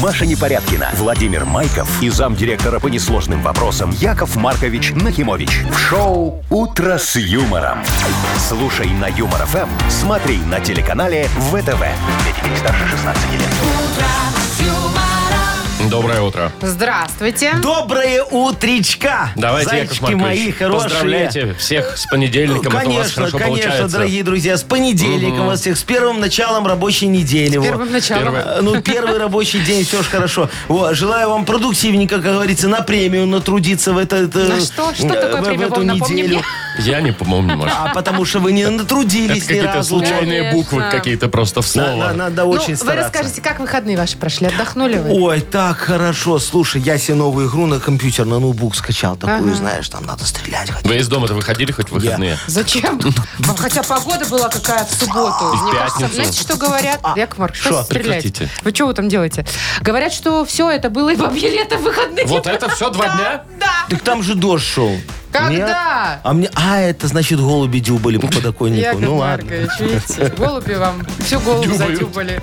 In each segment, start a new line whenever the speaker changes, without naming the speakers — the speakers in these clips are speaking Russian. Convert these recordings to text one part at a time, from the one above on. Маша Непорядкина, Владимир Майков и замдиректора по несложным вопросам Яков Маркович Нахимович. В шоу «Утро с юмором». Слушай на Юмор ФМ, смотри на телеканале ВТВ. Для детей старше 16 лет.
Доброе утро.
Здравствуйте.
Доброе утречка!
Давайте,
Зайчики
Яков Маркович,
мои хорошие.
поздравляйте всех с
Ну,
понедельником. это у вас
Конечно,
хорошо
конечно,
получается.
дорогие друзья, с понедельником вас всех, с первым началом рабочей недели.
С
во.
Первым началом.
Первое.
Э, Ну, первый рабочий день, все ж хорошо. Во, желаю вам продуктивненько, как говорится, на премию натрудиться в этот... э,
На что? Что
э,
такое
в- в
премия?
эту
Вов, напомни
неделю.
мне.
Я не помню, Маша.
А потому что вы не
Это
натрудились ни
какие-то
разу.
случайные
Конечно.
буквы какие-то просто в
На-
слово.
на- Надо
Ну,
очень
вы
стараться.
расскажете, как выходные ваши прошли? Отдохнули вы?
Ой, так хорошо. Слушай, я себе новую игру на компьютер, на ноутбук скачал. Такую, знаешь, там надо стрелять. хотя бы.
Вы из дома-то выходили хоть в выходные?
Зачем? Вам Хотя погода была какая в субботу.
в
Мне кажется,
пятницу.
знаете, что говорят? Яков Марк, что
Шо?
вы стреляете?
Прекратите.
Вы что вы там делаете? Говорят, что все, это было и бабье лето в выходные.
Вот это все два дня?
Типа Да.
Так там же дождь шел.
Когда?
Нет? А мне, а это значит голуби дюбали по подоконнику.
Яков
ну ладно.
Маркович, видите, голуби вам всю голову
Дюбают.
задюбали.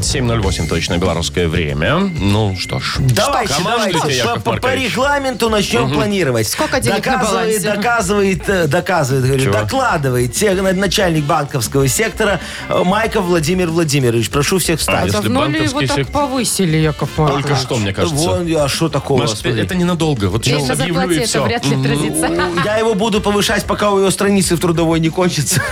7.08 точно белорусское время. Ну что ж.
Давайте,
Командуйте,
давайте,
Яков
по- по, по
Маркович.
регламенту начнем планировать.
Сколько денег на
доказывает,
балансе?
доказывает, э, доказывает, говорю,
Чего?
докладывает те- на- начальник банковского сектора э, Майков Владимир Владимирович. Прошу всех
А
встать.
если
Давно ли его
банковский
так
сектор-
повысили, Яков Маркович?
Только что, мне кажется.
Вон, а что такого?
Маша,
смотри.
это ненадолго. Вот
Я
сейчас
на
объявлю
зарплате
и
это
все.
вряд ли отразится.
Я его буду повышать, пока у его страницы в трудовой не кончится.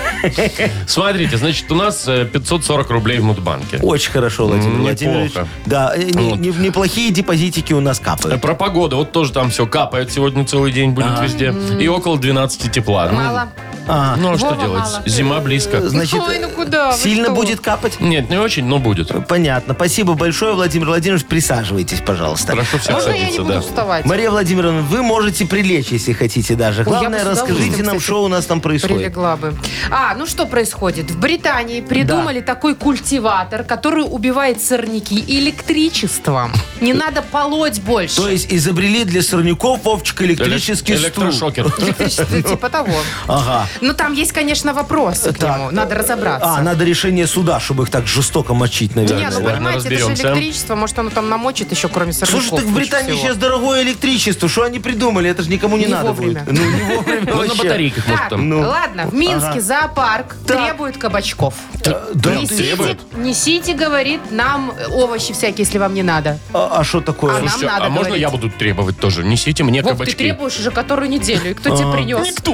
Смотрите, значит, у нас э, 540 рублей в Мудбанке.
Очень хорошо, Владимир
Неплохо.
Владимирович. Да, э, не- не- неплохие депозитики у нас
Э,
капают.
Про погоду. Вот тоже там все капает сегодня целый день будет везде. И около 12 тепла. Ну,
Мало.
А,
Ну, а что
Вова,
делать?
мало.
Зима близко.
значит,
Ой, ну куда вы,
сильно
что?
будет капать?
Нет, не очень, но будет.
Понятно. Спасибо большое, Владимир Владимирович. Присаживайтесь, пожалуйста.
Прошу всех
Можно я не
садиться,
буду
да.
вставать?
Мария Владимировна, вы можете прилечь, если хотите даже.
я бы
Главное,
с
расскажите
удовольствием,
нам,
кстати,
что у нас там происходит.
Прилегла бы. А, ну что происходит? В Британии придумали такой культиватор, который убивает сорняки электричеством. Не надо полоть больше.
То есть изобрели для сорняков, Вовчик, электрический
Элек-
стул.
Электрошокер.
Электричество типа того.
Ага.
Но там есть, конечно, вопросы к
Так.
нему. Надо разобраться.
А, надо решение суда, чтобы их так жестоко мочить,
Не,
наверное.
ну
Ладно,
понимаете, это же
разберемся.
электричество. Может, оно там намочит еще, кроме сорняков.
Слушай, так в
кучу
Британии
всего.
сейчас дорогое электричество. Что они придумали? Это же никому не,
Не
надо
вовремя.
будет. Ну, не вовремя
Ну, на
вообще.
батарейках, может,
Так,
там.
ладно, в Минске зоопарк
Ну. Так.
требует кабачков.
Э, Да,
Прям
ты-
Несите,
требует?
несите, говорит, нам овощи всякие, если вам не надо.
а что такое?
Она-
Слушайте,
надо
а можно
говорить.
я буду требовать тоже? Несите мне
Вов, ты
кабачки.
требуешь уже которую неделю. И кто
А.
тебе принес?
Никто.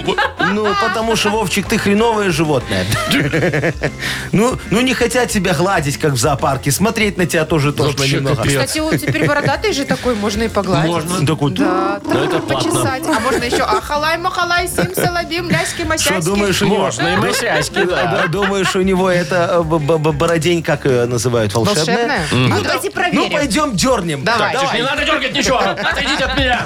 Ну, потому что, Вовчик, ты хреновое животное. Ну, ну не хотят тебя гладить, как в зоопарке. Смотреть на тебя тоже тошно
Вообще
немного.
капец.
Кстати, вот теперь бородатый же такой, можно и погладить.
Можно.
Такой,
Да,
Но это
трахать,
платно.
почесать. А можно еще ахалай, махалай, сим, салабим, ляськи,
Что
масяськи.
думаешь, у него?
Можно и масяськи, да.
Да, Думаешь, у него это э, б- б- б- бородень, как ее называют,
Волшебное?
волшебная?
Ну, давайте
Ну,
проверим.
пойдем дернем.
Давай.
Так, тише, не надо дергать ничего. Отойдите от меня.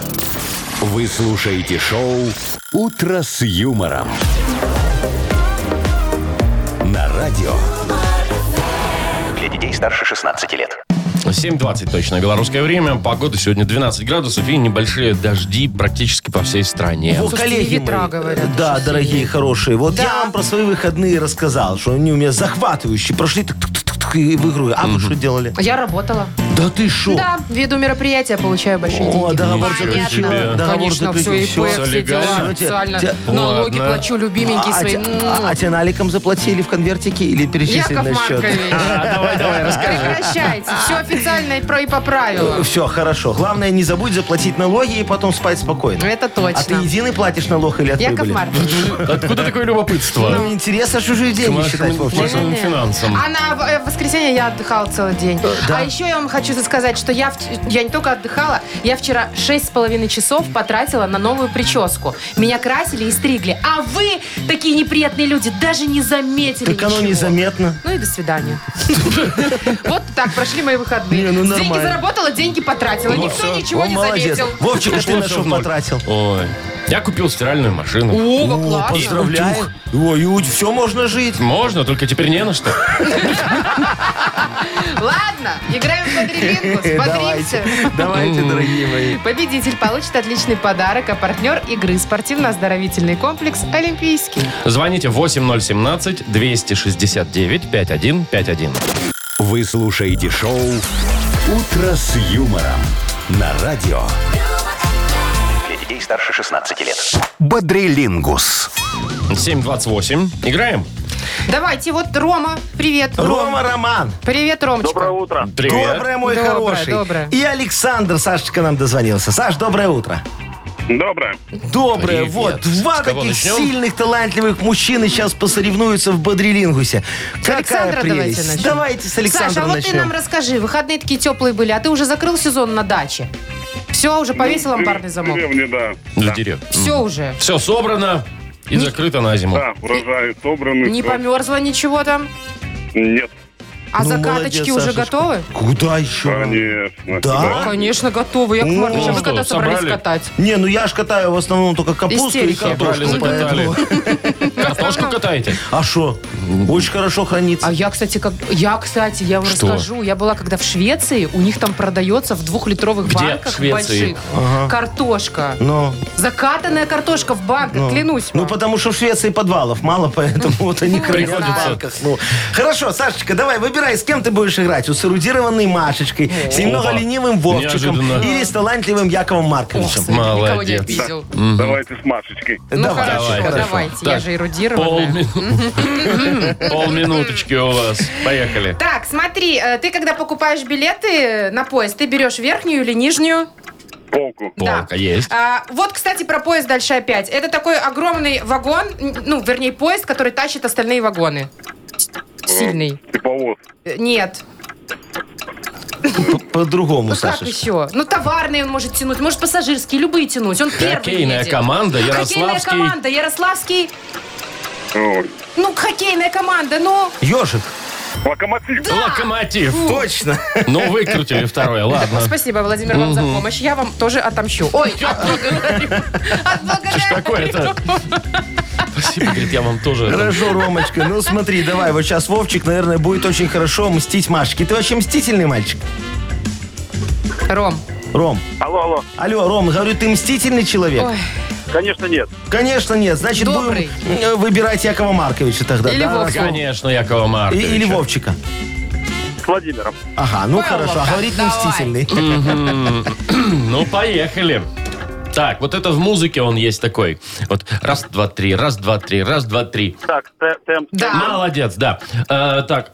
Вы слушаете шоу «Утро с юмором». На радио. Для детей старше 16 лет.
7.20 точно белорусское время. Погода сегодня 12 градусов и небольшие дожди практически по всей стране.
Во,
Слушайте,
коллеги
ветра,
мои,
говорят,
да,
очень
дорогие
сильные.
хорошие, вот
Да.
я вам про свои выходные рассказал, что они у меня захватывающие, прошли так, так, так, так, и в игру. А вы что делали?
Я работала.
Да ты шо?
Да, веду мероприятия, получаю большие
О,
деньги.
договор
Понятно.
заключен. Договор
Конечно, все,
заключен.
ИП,
Всё
все дела,
Ну,
легально.
официально.
Тя-
Ну, Налоги
Ладно.
плачу, любименькие
А
свои.
те- А а тебе наликом заплатили в конвертике или перечислили
Яков
на счет?
Маркович,
А Давай, давай,
прекращайте. Все официально и про- и по правилам.
Все, хорошо. Главное, не забудь заплатить налоги и потом спать спокойно.
Ну, Это
А ты
точно.
единый платишь налог или от
Яков
прибыли?
Маркович.
Откуда такое любопытство?
Ну, интересно чужие
К
деньги считать,
Машиным к
Вовчик.
Машиным финансам.
А на в- э, воскресенье я отдыхала целый день.
Э,
А еще я вам хочу сказать, что я, в- я не только отдыхала, я вчера шесть с половиной часов потратила на новую прическу. Меня красили и стригли. А вы, такие неприятные люди, даже не заметили
Так оно
ничего.
незаметно.
Ну и до свидания. Вот так прошли мои выходные.
Не, ну
деньги
нормально.
заработала, деньги потратила.
Ну,
Никто
всё.
ничего
О,
не
молодец.
заметил.
Вовчик, а ты на
всё
что
в ноль.
потратил?
Ой. Я купил стиральную машину.
О, во,
О,
классно.
поздравляю. Ой, все можно жить.
Можно, только теперь не на что.
Ладно, играем в бодрилингус,
Давайте,
бодримся.
Э, давайте, дорогие мои.
Победитель получит отличный подарок, а партнер игры спортивно-оздоровительный комплекс «Олимпийский».
Звоните 8017-269-5151.
Вы слушаете шоу «Утро с юмором» на радио.
Для детей старше 16 лет.
Бодрилингус.
7.28. Играем?
Давайте, вот Рома, привет.
Рома Роман.
Привет, Ромочка.
Доброе утро.
Привет.
Доброе, мой
Доброе,
хороший.
доброе.
И Александр, Сашечка, нам дозвонился. Саш, доброе утро.
Доброе.
Доброе.
Привет.
Вот два
С кого
таких
начнем?
сильных, талантливых мужчины сейчас посоревнуются в бодрилингусе. Какая
Александра
прелесть.
давайте начнем.
Давайте с Александром
Саша, а вот
начнем.
ты нам расскажи, выходные такие теплые были, а ты уже закрыл сезон на даче. Все, уже повесил амбарный замок.
Деревни, да.
В деревне.
Все уже.
Все собрано и закрыто на
А,
зиму.
Да, урожай собраны.
Не
всё.
померзло ничего там?
Нет,
А
Ну,
закаточки
молодец,
уже
Сашечка.
готовы?
Куда еще?
а конечно.
Да?
Конечно, готовы. Я
О,
Маркович, а вы
что,
когда собрались
собрали?
катать?
Не, ну я ж катаю в основном только капусту и
Истерики.
картошку.
Брали, закатали.
поэтому-
Картошку катаете?
А что? Очень хорошо хранится.
А я, кстати, как я, кстати, я вам
Что?
расскажу. Я была когда в Швеции, у них там продается в двухлитровых
Где?
банках
В Швеции?
больших картошка.
Но.
Закатанная картошка в банках, клянусь.
Ну,
вам.
потому что в Швеции подвалов мало, поэтому вот они хранят в
Приходится.
банках. Ну, Хорошо, Сашечка, давай, выбирай, с кем ты будешь играть. У с эрудированной Машечкой, с немного
Опа.
ленивым Вовчиком
Неожиданно.
или с талантливым Яковом
Ох,
Марковичем.
смотри, никого не
Молодец.
обидел.
Давайте с Машечкой.
Ну
Давай.
хорошо,
Давай, хорошо.
давайте. Я
Так,
же эрудированная.
полмин- Полминуточки у вас. Поехали.
Так, смотри, э, ты когда покупаешь билеты на поезд, ты берешь верхнюю или нижнюю?
Полку.
Да.
Полка есть.
А, вот, кстати, про поезд дальше опять. Это такой огромный вагон, н- ну, вернее, поезд, который тащит остальные вагоны. Сильный.
Тепловоз.
Э, Нет.
П- По-другому,
Ну как
Сашечка.
еще? Ну товарный он может тянуть, может пассажирский, любые тянуть. Он первый
Хоккейная
едет.
команда,
Хоккейная
Ярославский.
команда, Ярославский.
Ой.
Ну, хоккейная команда, ну.
Ежик.
Локомотив.
Локомотив.
Точно.
Ну, выкрутили второе, ладно.
Спасибо, Владимир, вам за помощь. Я вам тоже отомщу. Ой, отблагодарю. Отблагодарю.
Такое-то. Спасибо, говорит, я вам тоже.
Хорошо, Ромочка. Ну смотри, давай, вот сейчас Вовчик, наверное, будет очень хорошо мстить Машке. Ты вообще мстительный мальчик?
Ром,
Ром.
Алло, алло.
Алло, Ром, говорю, ты мстительный человек?
Ой.
Конечно, нет.
Конечно, нет. Значит,
Добрый.
будем э, выбирать Якова Марковича тогда.
Или
да?
Вовчика.
Конечно, Якова
И-
Марковича.
Или Вовчика.
С Владимиром.
Ага, ну
Павлов,
хорошо. А говорит не
давай.
мстительный.
Ну, поехали. Так, вот это в музыке он есть такой. Вот раз, два, три, раз, два, три, раз, два, три.
Так, те- темп.
да.
Молодец, да. Э, так,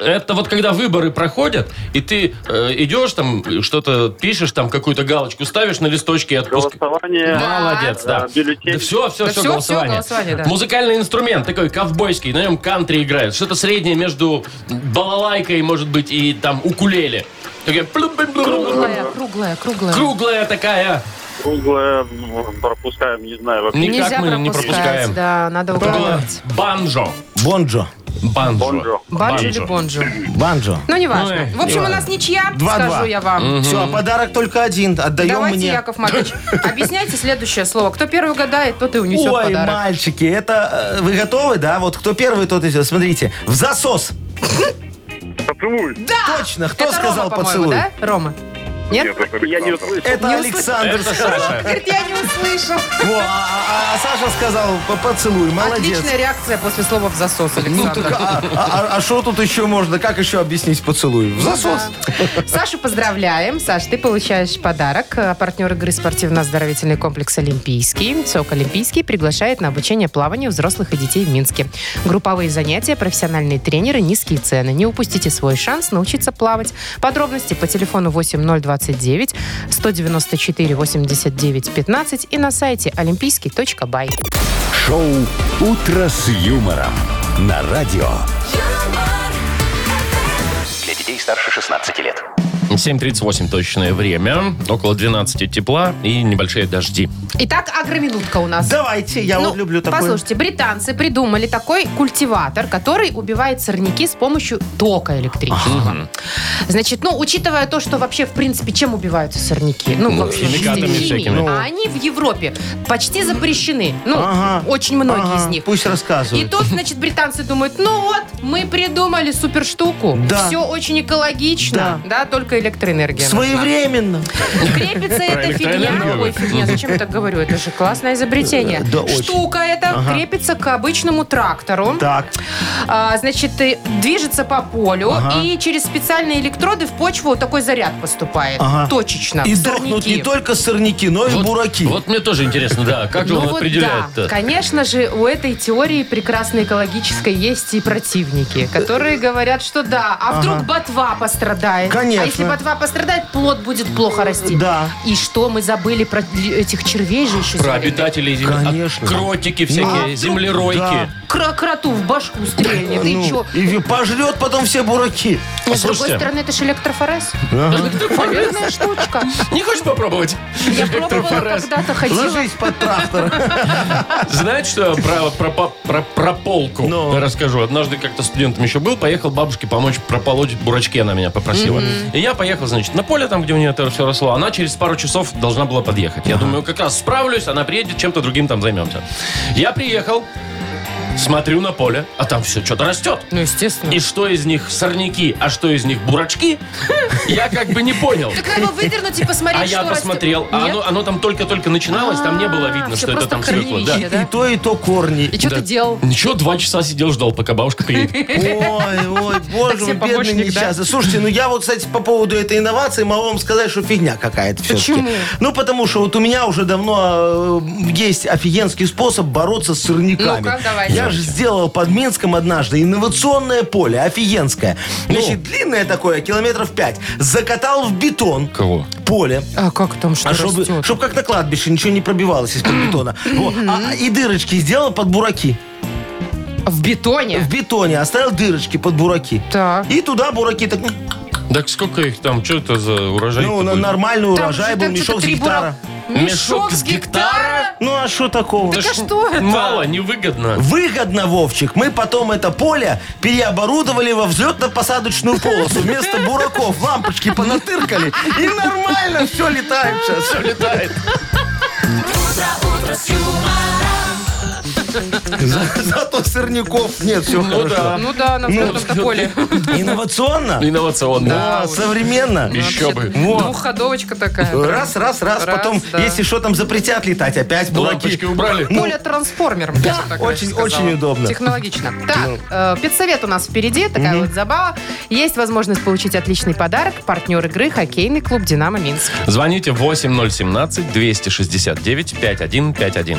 это вот когда выборы проходят, и ты э, идешь там, что-то пишешь, там какую-то галочку ставишь на листочке и отпуск...
Голосование.
А, Молодец, да.
Да, бюллетень.
все, все,
Да
все,
всё, всё,
голосование.
голосование, да.
Музыкальный инструмент такой ковбойский, на нем кантри играют. Что-то среднее между балалайкой, может быть, и там укулеле. Такая плюп-плюп-плюп.
Круглая, круглая, круглая.
Круглая такая.
Круглое м, пропускаем, не знаю вообще.
Никак
Нельзя
мы не
пропускать,
пропускаем.
Да, надо
Это было
угадывать.
банджо.
Бонджо.
Банджо.
Бонжо.
Банджо или бонджо?
Банджо.
Ну, неважно.
Ой,
В общем, у нас ничья,
Два-два.
скажу я вам.
Все, а подарок только один. Отдаем
Давайте,
мне.
Яков Маркович, объясняйте следующее слово. Кто первый угадает, тот и унесет
Ой,
подарок.
мальчики, это э, вы готовы, да? Вот кто первый, тот идет. Смотрите, в засос.
Поцелуй.
Точно, кто
Это
сказал
Рома, по-моему,
поцелуй?
да? Рома? Нет?
Нет, это я не услышал.
Это
Не
Александр
Это
сказал.
Саша.
Говорит, я не услышал.
Во, а, а- а Саша сказал по- поцелуй. Молодец.
Отличная реакция после слова «в засос»,
Ну так,
Александр.
а что тут еще можно? Как еще объяснить поцелуй?
Ну
В засос. а
Сашу поздравляем. Саш, ты получаешь подарок. А Партнер игры спортивно-оздоровительный комплекс «Олимпийский». СОК «Олимпийский» приглашает на обучение плаванию взрослых и детей в Минске. Групповые занятия, профессиональные тренеры, низкие цены. Не упустите свой шанс научиться плавать. Подробности по телефону 8029 194 89 15 и на сайте олимпийский.бай.
Шоу «Утро с юмором» на радио.
Для детей старше 16 лет.
7.38 точное время, около 12 тепла и небольшие дожди.
Итак, агроминутка у нас.
Давайте, я
Ну,
вот люблю такое.
Послушайте, британцы придумали такой культиватор, который убивает сорняки с помощью тока электричного. Значит, ну, учитывая то, что вообще, в принципе, чем убиваются сорняки? Ну, вообще,
химикатами
химией.
всякими.
Ну.
А они в Европе почти запрещены. Ну,
Ага.
очень многие
Ага,
из них.
Пусть
И
рассказывают.
тут, значит, британцы думают, ну вот, мы придумали супер штуку.
Да.
Все очень экологично. Да, только электроэнергия.
Своевременно.
Крепится эта фигня.
электроэнергию?
Ой, фигня, зачем я так говорю? Это же классное изобретение.
Да, очень.
Штука эта крепится к обычному трактору.
Так.
А, значит, и движется по полю,
Ага.
и через специальные электроды в почву такой заряд поступает.
Ага.
Точечно.
И
в
дохнут
сорняки.
не только сорняки, но и
Вот-
Ну, бураки.
Вот мне тоже интересно, да, как же
Ну
он
вот да,
определяет-то?
конечно же, у этой теории прекрасно экологической есть и
Э,
противники, которые говорят, что да, а вдруг ботва пострадает.
Конечно.
А если ботва пострадает, плод будет плохо расти.
Да.
И что мы забыли про ли- этих червей же еще
Про
сегодня?
обитателей земли.
Конечно.
а, Кротики
Ну, а
всякие,
вдруг-
землеройки.
да.
Кро- кроту в башку стрельнет, ты
Ну,
чё?
и пожрет потом все бураки.
С другой
слушайте.
стороны, это же электрофорез. Полезная штучка.
Не хочешь попробовать?
Я пробовала
Электрофорез.
когда-то, ходила.
Ложись под трактор.
Знаете, что про, про, по- про- про полку
Ну.
я расскажу? Однажды как-то студентом еще был, поехал бабушке помочь прополоть бурачки, она меня попросила. И я поехал, значит, на поле там, где у нее это все росло. Она через пару часов должна была подъехать. Я думаю, как раз справлюсь, она приедет, чем-то другим там займемся. Я приехал, смотрю на поле, а там все что-то растет.
Ну, естественно.
И что из них сорняки, а что из них бурачки, я как бы не понял.
Так надо было выдернуть и посмотреть,
А
что
я
растет.
посмотрел, а
Нет?
оно, оно там только-только начиналось, там не было
А,
видно,
всё
что это
просто
там свекло. Да.
корневище, да?
И то, и то корни.
И что
Да.
ты делал?
Ничего, два часа сидел, ждал, пока бабушка приедет.
Ой, ой, боже
Такси
мой, бедный
помощник, да?
несчастный. Слушайте, ну я вот, кстати, по поводу этой инновации могу вам сказать, что фигня какая-то все-таки.
Почему?
Ну, потому что вот у меня уже давно э, есть офигенский способ бороться с сорняками.
Ну-ка, давайте.
Я же сделал под Минском однажды инновационное поле, офигенское.
Ну.
Значит, длинное такое, километров 5. Закатал в бетон
Кого?
поле.
А как там что
А чтобы,
растет?
чтоб как на кладбище ничего не пробивалось из-под бетона. Во. А- а и дырочки сделал под бураки.
В бетоне?
В бетоне оставил дырочки под бураки.
Так.
И туда бураки так...
Так сколько их там, что это за урожай?
Ну, на- нормальный урожай был, мешок с гектара.
Мешок с гектара?
Ну, а что такого?
Так а что это?
Мало, невыгодно.
Выгодно, Вовчик. Мы потом это поле переоборудовали во взлетно-посадочную полосу. Вместо бураков лампочки понатыркали. И нормально все летает сейчас.
Летает.
За- Зато сырняков нет, все
Ну да.
хорошо.
Ну да, на взлетном поле.
Инновационно?
Инновационно.
Да, современно.
Еще бы.
Двухходовочка такая.
Раз, раз, раз,
Ну, Раз,
потом,
да.
если что, там запретят летать, опять бураки.
Лампочки убрали.
Поле трансформер.
Да, Ну. очень- очень удобно.
Технологично. Так, э, педсовет у нас впереди, такая вот забава. Есть возможность получить отличный подарок. Партнер игры хоккейный клуб «Динамо Минск».
Звоните 8017-269-5151.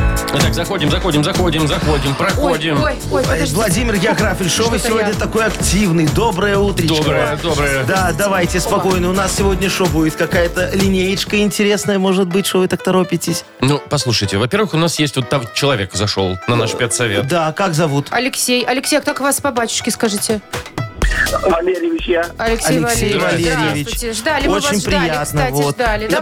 Итак, заходим, заходим, заходим, заходим,
Ой,
проходим.
ой, ой,
Э,
подожди.
Владимир Яграфин, что вы
Что-то
сегодня
я-
такой активный? Доброе утречко.
Доброе, доброе.
Да, давайте спокойно. У нас сегодня что будет? Какая-то линеечка интересная, может быть, что вы так торопитесь?
Ну, послушайте, во-первых, у нас есть вот там человек зашел на наш спецсовет.
Да, как зовут?
Алексей, Алексей, а как вас по батюшке, скажите?
Валерьевич, я.
Алексей,
Алексей
Валерьевич.
Валерьевич.
Здравствуйте. Ждали, мы
Очень
вас ждали,
приятно.
кстати,
вот.
ждали.
Да,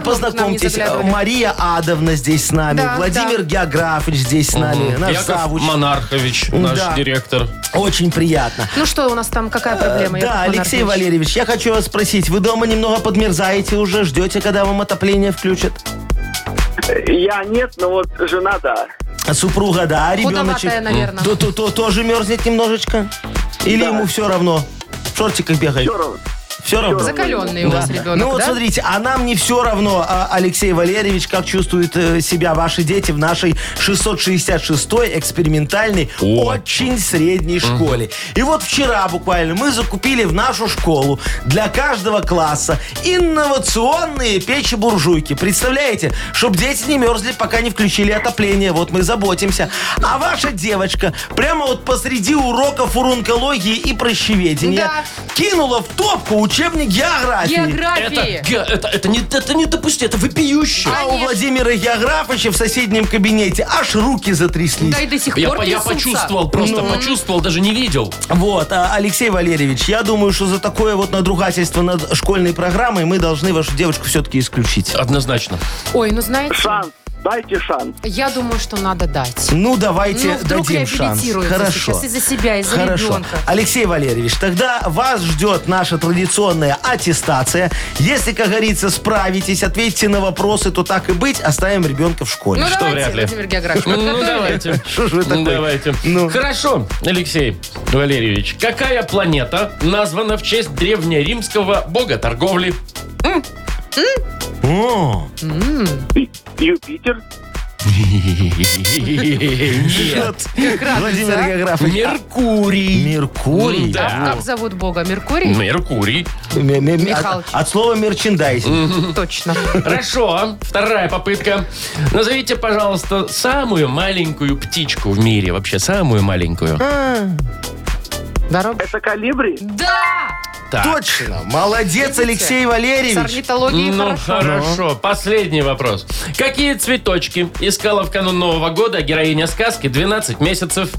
Давно к нам не
познакомьтесь. э,
заглядывали.
Мария Адовна здесь с нами.
Да,
Владимир Географович здесь с нами. Наш
Яков
завуч.
Монархович, наш
Да.
директор.
Очень приятно.
Ну что у нас там, какая проблема? Яков
Э, Да,
Маркович?
Алексей Валерьевич, я хочу вас спросить, вы дома немного подмерзаете уже, ждете, когда вам отопление включат?
Я нет, но вот жена, да.
А супруга, да, а ребеночек?
Худоватая, наверное.
То, то, то- тоже мерзнет немножечко? Или ему все равно? В шортиках бегает?
Все равно.
Все равно.
Закаленный у вас ребенок,
Ну вот
да?
смотрите, а нам не все равно, а, Алексей Валерьевич, как чувствуют э, себя ваши дети в нашей 666-й экспериментальной,
О.
очень средней школе. И вот вчера буквально мы закупили в нашу школу для каждого класса инновационные печи-буржуйки. Представляете? Чтобы дети не мерзли, пока не включили отопление. Вот мы заботимся. А ваша девочка прямо вот посреди уроков урункологии и прощеведения
Да.
кинула в топку учебник географии.
Это,
Географии.
ге- это, это, не, это не допусти, это вопиюще.
А у
Конечно.
Владимира Географовича в соседнем кабинете аж руки затряслись.
Да и до сих
Я,
пор
по- я
трясутся.
почувствовал, просто почувствовал, даже не видел.
Вот, а, Алексей Валерьевич, я думаю, что за такое вот надругательство над школьной программой мы должны вашу девочку все-таки исключить.
Однозначно.
Ой, ну знаете,
Шанс. Дайте шанс.
я думаю, что надо дать.
Ну, давайте
Ну, вдруг
дадим шанс.
реабилитируется
Хорошо.
сейчас и за себя, и за
Хорошо. А
ребенка.
Алексей Валерьевич, тогда вас ждет наша традиционная аттестация. Если, как говорится, справитесь, ответьте на вопросы, то так и быть, оставим ребенка в школе.
Ну
Что
давайте,
вряд ли.
Владимир Географович,
Ну,
подготовили?
давайте.
Что ж вы
Ну,
такой?
Давайте.
Ну.
Хорошо, Алексей Валерьевич, какая планета названа в честь древнеримского бога торговли?
О,
Ю- Юпитер.
нет.
радуется,
Владимир
а?
Географович.
Меркурий.
Меркурий.
Да.
А Как зовут Бога? Меркурий?
А, Меркурий.
М- м- м-
Михалыч.
От, от слова мерчендайзинг.
Ну.
Точно.
Хорошо, а? вторая попытка. Назовите, пожалуйста, самую маленькую птичку в мире. Вообще, самую маленькую.
Дорога.
Это калибри?
Да!
Так.
Точно. Молодец, Алексей
С
Валерьевич.
орнитологией
Ну,
хорошо.
хорошо. Последний вопрос. Какие цветочки искала в канун Нового года героиня сказки 12 месяцев?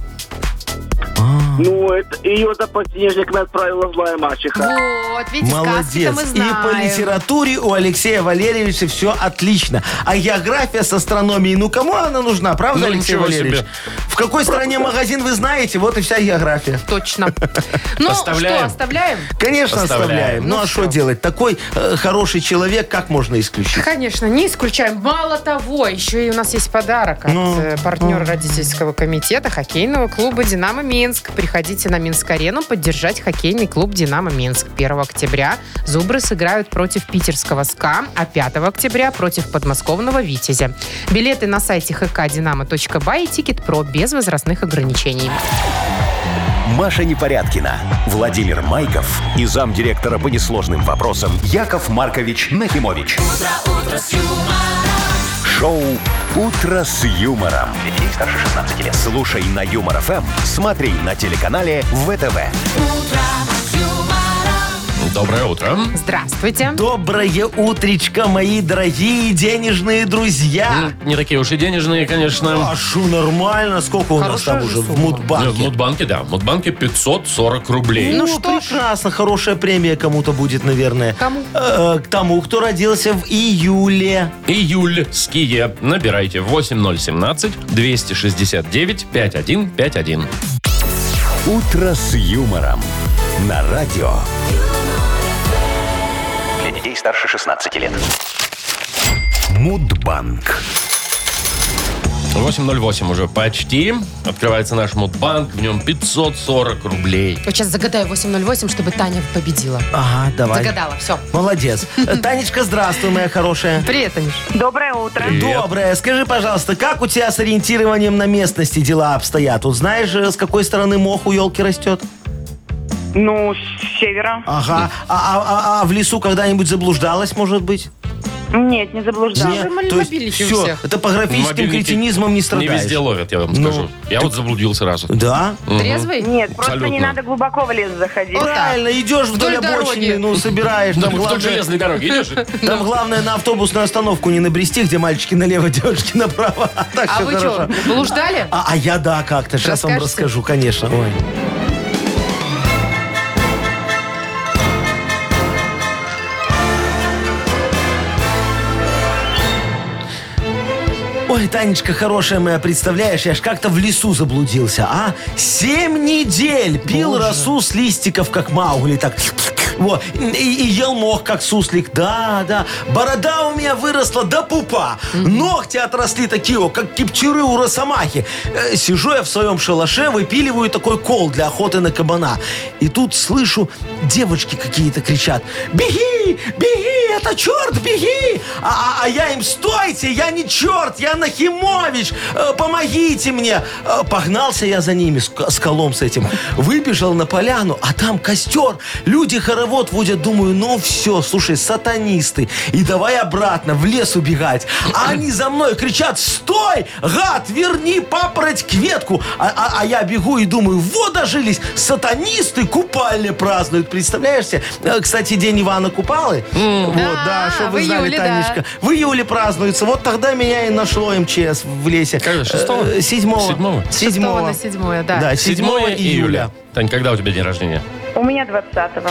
Ну, это ее за подснежник мы отправила злая мачеха.
Вот, видите, сказки-то
Молодец.
мы
И
знаем.
по литературе у Алексея Валерьевича все отлично. А география с астрономией, ну кому она нужна, правда,
Ну,
Алексей
ничего
Валерьевич?
себе.
В какой стране магазин вы знаете, вот и вся география.
Точно. Ну,
Оставляем.
что, оставляем?
Конечно,
Оставляем.
оставляем. Ну, а что делать? Такой э, хороший человек, как можно исключить?
Конечно, не исключаем. Мало того, еще и у нас есть подарок от
Ну,
э, партнера родительского комитета хоккейного клуба «Динамо Минск». Приходите на Минск-арену поддержать хоккейный клуб «Динамо Минск». 1 октября «Зубры» сыграют против питерского «СКА», а 5 октября против подмосковного «Витязя». Билеты на сайте hkdinamo.by и тикет про без возрастных ограничений.
Маша Непорядкина, Владимир Майков и замдиректора по несложным вопросам Яков Маркович Нахимович. Шоу Утро с юмором. Для детей старше 16 лет. Слушай на юмор ФМ, смотри на телеканале ВТВ.
Доброе утро.
Здравствуйте.
Доброе утречко, мои дорогие денежные друзья.
Не такие уж и денежные, конечно.
А шо, нормально? Сколько у нас
Хорошая
там
же
уже в
сумма.
Мудбанке?
В Мудбанке, да. В Мудбанке 540 рублей.
Ну,
Ну что ж.
прекрасно, хорошая премия кому-то будет, наверное.
Кому?
Э, к тому, кто родился в июле.
Июльские. Набирайте 8017-269-5151.
Утро с юмором. На радио.
Для детей старше 16 лет.
Мудбанк.
808 уже почти. Открывается наш Мудбанк. В нем 540 рублей.
Вот сейчас загадаю 808, чтобы Таня победила.
Ага, давай.
Загадала, все.
Молодец. Э, Танечка, здравствуй, моя хорошая.
Привет, Танюш.
Доброе утро.
Привет.
Добрая. Скажи, пожалуйста, как у тебя с ориентированием на местности дела обстоят? Вот знаешь, э, с какой стороны мох у елки растет?
Ну, с севера.
Ага. А, а- а- а в лесу когда-нибудь заблуждалась, может быть?
Нет, не заблуждалась.
вы
То есть
мобильники у
все,
всех.
топографическим
Мобильники
кретинизмом не
Не
страдаешь.
везде ловят, я вам
Ну,
скажу. Я вот заблудил сразу.
Да?
Трезвый?
Нет, просто
Абсолютно.
не надо глубоко в лес заходить.
Правильно, идешь вдоль,
Вдоль дороги.
обочины, ну, собираешь.
Да,
там
вдоль
главное-
железной дороги идешь. и-
Там главное на автобусную остановку не набрести, где мальчики налево, девочки направо. А, так
А
всё
вы что,
хорошо.
блуждали?
А, а я да, как-то. Сейчас вам
Расскажете?
расскажу, конечно. Ой. Ой, Танечка, хорошая моя, представляешь, я ж как-то в лесу заблудился, а? Семь недель пил росу с листиков, как Маугли, так... Вот. И, и ел мох, как суслик. Да, да. Борода у меня выросла до пупа. Ногти отросли такие, о, как кипчуры у росомахи. Э, сижу я в своем шалаше, выпиливаю такой кол для охоты на кабана. И тут слышу, девочки какие-то кричат. Беги, беги, это черт, беги. А, а- а я им, стойте, я не черт, я Нахимович, э, помогите мне. Э, Погнался я за ними с, к- с колом с этим. Выбежал на поляну, а там костер. Люди хоровым вот, Вудя, думаю, ну все, слушай, сатанисты. И давай обратно в лес убегать. А они за мной кричат, стой, гад, верни папороть кветку. А, а- а я бегу и думаю, вот дожились, сатанисты купальня празднуют. Представляешь себе? Э, Кстати, день Ивана Купалы. Вот, да,
А,
чтобы вы
в
знали,
июле, да.
Танечка. В июле празднуется. Вот тогда меня и нашло МЧС в лесе.
Когда? Шестого?
Э, Седьмого.
Седьмого?
Шестого на
Седьмого.
седьмое, да.
Да, 7 июля.
Тань, когда у тебя день рождения?
У меня 20-го.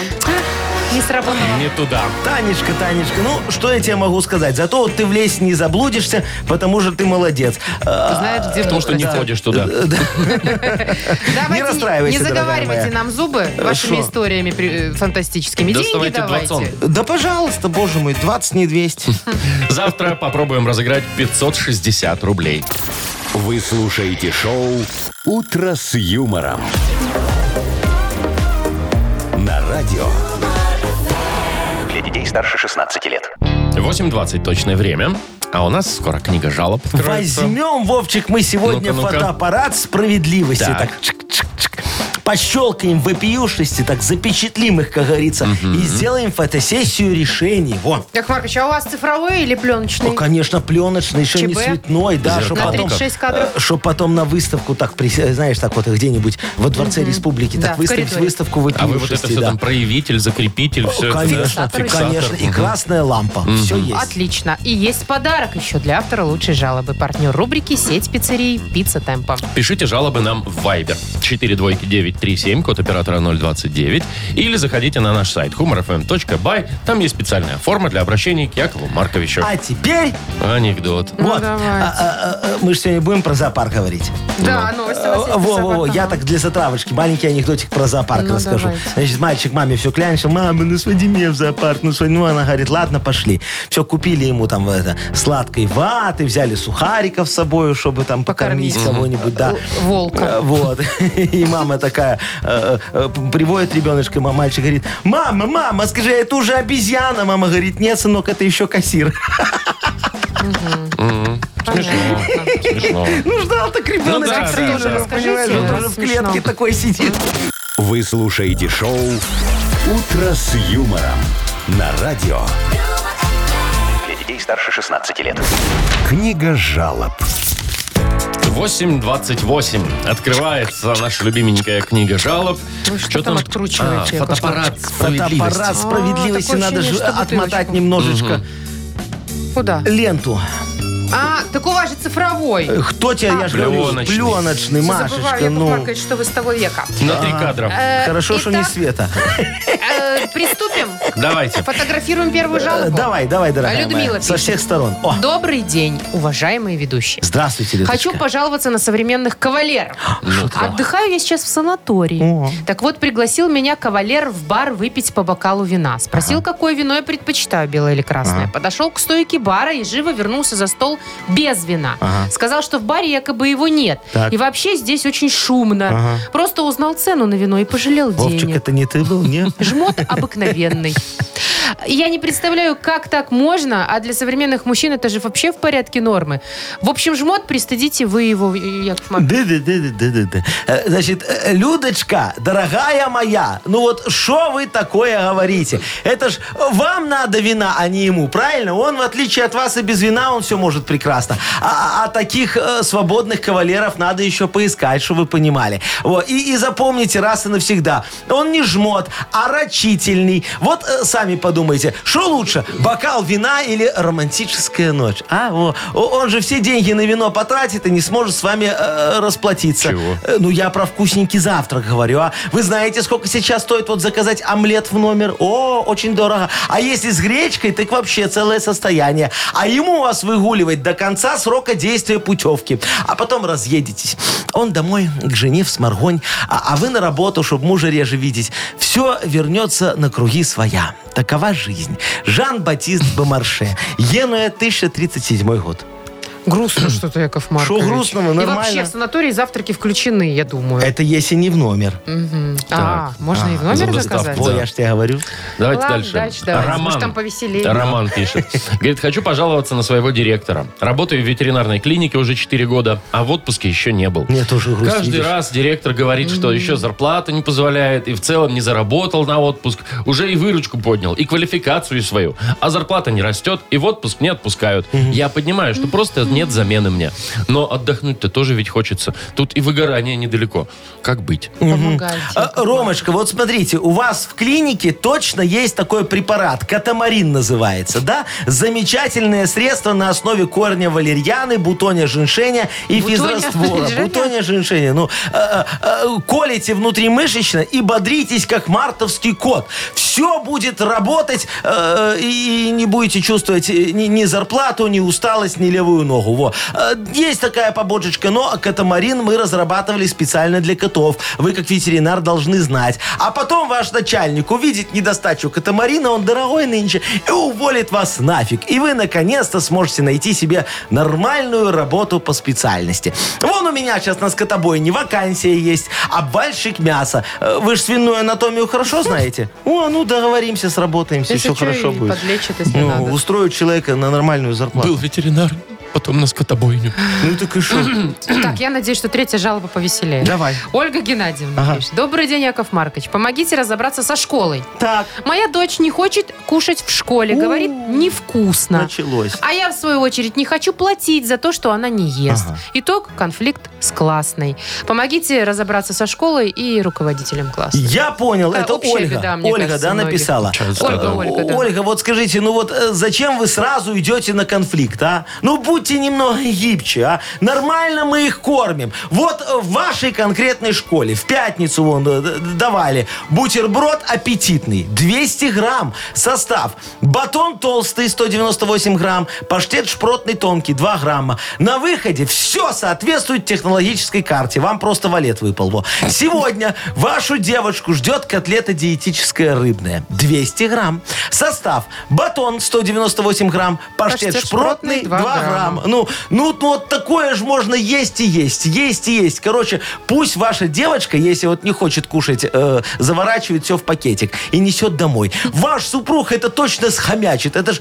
Не сработало.
Не туда.
Танечка, Танечка, ну что я тебе могу сказать? Зато вот ты в лесе не заблудишься, потому что ты молодец. Э,
Знаешь, где
Потому что не
выбраться.
ходишь туда.
Давайте
Не
не
расстраивайся, дорогая
заговаривайте
моя.
нам зубы вашими
Шо?
историями при- э, фантастическими. Деньги
Доставайте
давайте.
20.
Да пожалуйста, боже мой, 20 не 200.
Завтра попробуем разыграть 560 рублей.
Вы слушаете шоу «Утро с юмором». На радио.
Для детей старше 16 лет.
8.20 точное время. А у нас скоро книга жалоб откроется.
Возьмем, Вовчик, мы сегодня
Ну-ка, ну-ка.
фотоаппарат справедливости.
Так.
Так. чик-чик-чик. Пощелкаем вопиюшести, так запечатлим их, как говорится, и сделаем фотосессию решений. Во.
Так, Маркович, а у вас цифровой или пленочный?
Ну, конечно, пленочный, еще не
ЧБ?
цветной, да, чтобы
Зеркалка.
На
потом, Э,
36 кадров.
чтоб потом на выставку так, при- э, знаешь, так вот где-нибудь во Дворце Республики,
Да,
так
в
выставить
коридоре.
выставку
А вы вот это
вопиюшести,
все
да.
там проявитель, закрепитель, все
Конечно,
это, да?
конечно, и красная лампа, все есть.
Отлично. И есть подарок еще для автора лучшей жалобы. Партнер рубрики «Сеть пиццерий Пицца Темпа».
Пишите жалобы нам в Viber 42937, код оператора 029, или заходите на наш сайт humorfm.by. Там есть специальная форма для обращения к Якову Марковичу.
А теперь,
Анекдот.
вот,
Ну, давайте.
а, а, а, мы же сегодня будем про зоопарк говорить.
Да,
ну, Э,
новости у вас есть про
Во-во-во,
собак,
я
ага.
так для затравочки маленький анекдотик про зоопарк
Ну,
расскажу.
давайте.
Значит, мальчик маме все клянчил, мама, ну своди меня в зоопарк, ну своди. Ну, она говорит, ладно, пошли. Все, купили ему там э, это, сладкой ваты, взяли сухариков с собой, чтобы там
Покормить.
покормить кого-нибудь, да.
Л- волка.
Э, Вот. И мама такая э, э, приводит ребеночка, ма- мальчик говорит, мама, мама, скажи, это уже обезьяна. Мама говорит, нет, сынок, это еще кассир.
Смешно. Смешно.
Ну, ждал так ребеночек,
да,
с
да,
южером,
да.
понимаешь, он
Расскажите,
тоже в
смешно.
клетке такой сидит.
Вы слушаете шоу «Утро с юмором». На радио.
Для детей старше 16 лет.
Книга жалоб.
8.28. Открывается наша любименькая книга жалоб.
Вы что там откручиваете,
А,
Яков
фотоаппарат
Маркович?
Фотоаппарат
справедливости.
справедливости
А, такое
надо
ощущение,
же
что бутылочку.
отмотать немножечко
Э, Куда?
ленту.
А, так у вас же цифровой.
Э, Кто тебя, я же говорю,
Пленочный.
пленочный,
Всё забываю,
Машечка,
Яков
ну.
Маркович, что вы с того века.
На три кадра.
Э,
Хорошо, что не
итак,
Света.
э, Приступим.
Давайте.
Фотографируем первую
Э,
жалобу.
Давай, давай, дорогая
Людмила
моя. Со
пишет.
всех сторон. О,
Добрый день, уважаемые ведущие.
здравствуйте, Людочка.
Хочу пожаловаться на современных кавалеров.
А, ну
Отдыхаю я сейчас в санатории. Так вот, пригласил меня кавалер в бар выпить по бокалу вина. Спросил, какое вино я предпочитаю, белое или красное. Подошел к стойке бара и живо вернулся за стол без вина. Сказал, что в баре якобы его нет.
Так.
И вообще здесь очень шумно. Просто узнал цену на вино и пожалел
Вовчик,
денег.
это не ты был, не?
Жмот обыкновенный. Я не представляю, как так можно, а для современных мужчин это же вообще в порядке нормы. В общем, жмот, пристыдите вы его, Яков Маркович.
Да-да-да-да-да-да. Э, Значит, э, Людочка, дорогая моя, ну вот что вы такое говорите? Это ж э, вам надо вина, а не ему, правильно? Он, в отличие от вас, и без вина он все может прекрасно. А, а- а таких э, свободных кавалеров надо еще поискать, чтобы вы понимали. Вот. И, и запомните раз и навсегда. Он не жмот, а рачительный. Вот э, сами подумайте, что лучше, бокал вина или романтическая ночь? А, во. О- он же все деньги на вино потратит и не сможет с вами э, расплатиться.
Чего?
Э, Ну, я про вкусненький завтрак говорю, а. Вы знаете, сколько сейчас стоит вот заказать омлет в номер? О, очень дорого. А если с гречкой, так вообще целое состояние. А ему вас выгуливать до конца срока действия путевки. А потом разъедетесь. Он домой, к жене в сморгонь, а, а вы на работу, чтобы мужа реже видеть. Все вернется на круги своя. Такова жизнь. Жан-Батист Бомарше. Енуя, 1037 год.
Грустно что-то, Яков Маркович.
грустного?
И
Нормально.
вообще в санатории завтраки включены, я думаю.
Это если не в номер.
Мгм. А, можно и в
за
номер
доставку.
заказать?
Да.
Во, я ж тебе говорю.
Давайте
Ладно,
дальше.
дальше давайте.
Роман.
Может, там повеселее.
Роман пишет. Говорит, хочу пожаловаться на своего директора. Работаю в ветеринарной клинике уже 4 года, а в отпуске еще не был.
Мне тоже грусть,
Каждый
видишь?
раз директор говорит, что еще зарплата не позволяет, и в целом не заработал на отпуск, уже и выручку поднял, и квалификацию свою, а зарплата не растет, и в отпуск не отпускают. Я понимаю, что просто нет замены мне. Но отдохнуть-то тоже ведь хочется. Тут и выгорание недалеко. Как быть?
Помогайте.
А, Ромочка, вот смотрите, у вас в клинике точно есть такой препарат, катамарин называется, да? Замечательное средство на основе корня валерьяны, бутоня женьшеня и
Бутоня
физраствора.
женьшеня?
Бутоня женьшеня. Ну, э, э, э, колите внутримышечно и бодритесь, как мартовский кот. Все будет работать э, и не будете чувствовать э, ни, ни зарплату, ни усталость, ни левую ногу. Во. Э, Есть такая побочечка, но катамарин мы разрабатывали специально для котов. Вы, как ветеринар, должны знать. А потом ваш начальник увидит недостачу катамарина, он дорогой нынче, и уволит вас нафиг. И вы, наконец-то, сможете найти себе нормальную работу по специальности. Вон у меня сейчас на скотобойне вакансия есть. Обвальщик мяса. Э, Вы же свиную анатомию хорошо знаете? О, ну договоримся, сработаемся,
Если
все
чё,
хорошо
и
будет.
подлечат, если
Ну,
надо.
устроить человека на нормальную зарплату.
ветеринар, потом на скотобойню.
Ну так и шо?
Так, я надеюсь, что третья жалоба повеселее.
Давай.
Ольга Геннадьевна
Ага.
пишет. Добрый день, Яков Маркович. Помогите разобраться со школой.
Так,
Моя дочь не хочет кушать в школе. Говорит, невкусно.
началось.
А я, в свою очередь, не хочу платить за то, что она не ест. Итог – конфликт с классной. Помогите разобраться со школой и руководителем класса.
Я понял,
Такая
это
общая
Ольга.
беда, мне
Ольга,
кажется,
да,
многих.
написала.
Часто,
Ольга,
да.
Ольга, да.
Ольга, вот скажите, ну вот э, зачем вы сразу идете на конфликт, а? Ну будьте немного гибче, а? Нормально мы их кормим. Вот э, в вашей конкретной школе в пятницу вон э, д- давали бутерброд аппетитный, 200 грамм, состав, батон толстый, 198 грамм, паштет шпротный тонкий, 2 грамма. На выходе все соответствует технологической карте, вам просто валет выпал. Во. Сегодня вашу девочку ждет котлета диетическая рыбная, 200 грамм. Состав, батон 198 грамм, паштет,
Паштет шпротный
шпротный 2
2
грамма.
грамма.
Ну, ну, ну, вот такое же можно есть и есть, есть и есть. Короче, пусть ваша девочка, если вот не хочет кушать, э, заворачивает все в пакетик и несет домой. Ваш супруг это точно схомячит. Это же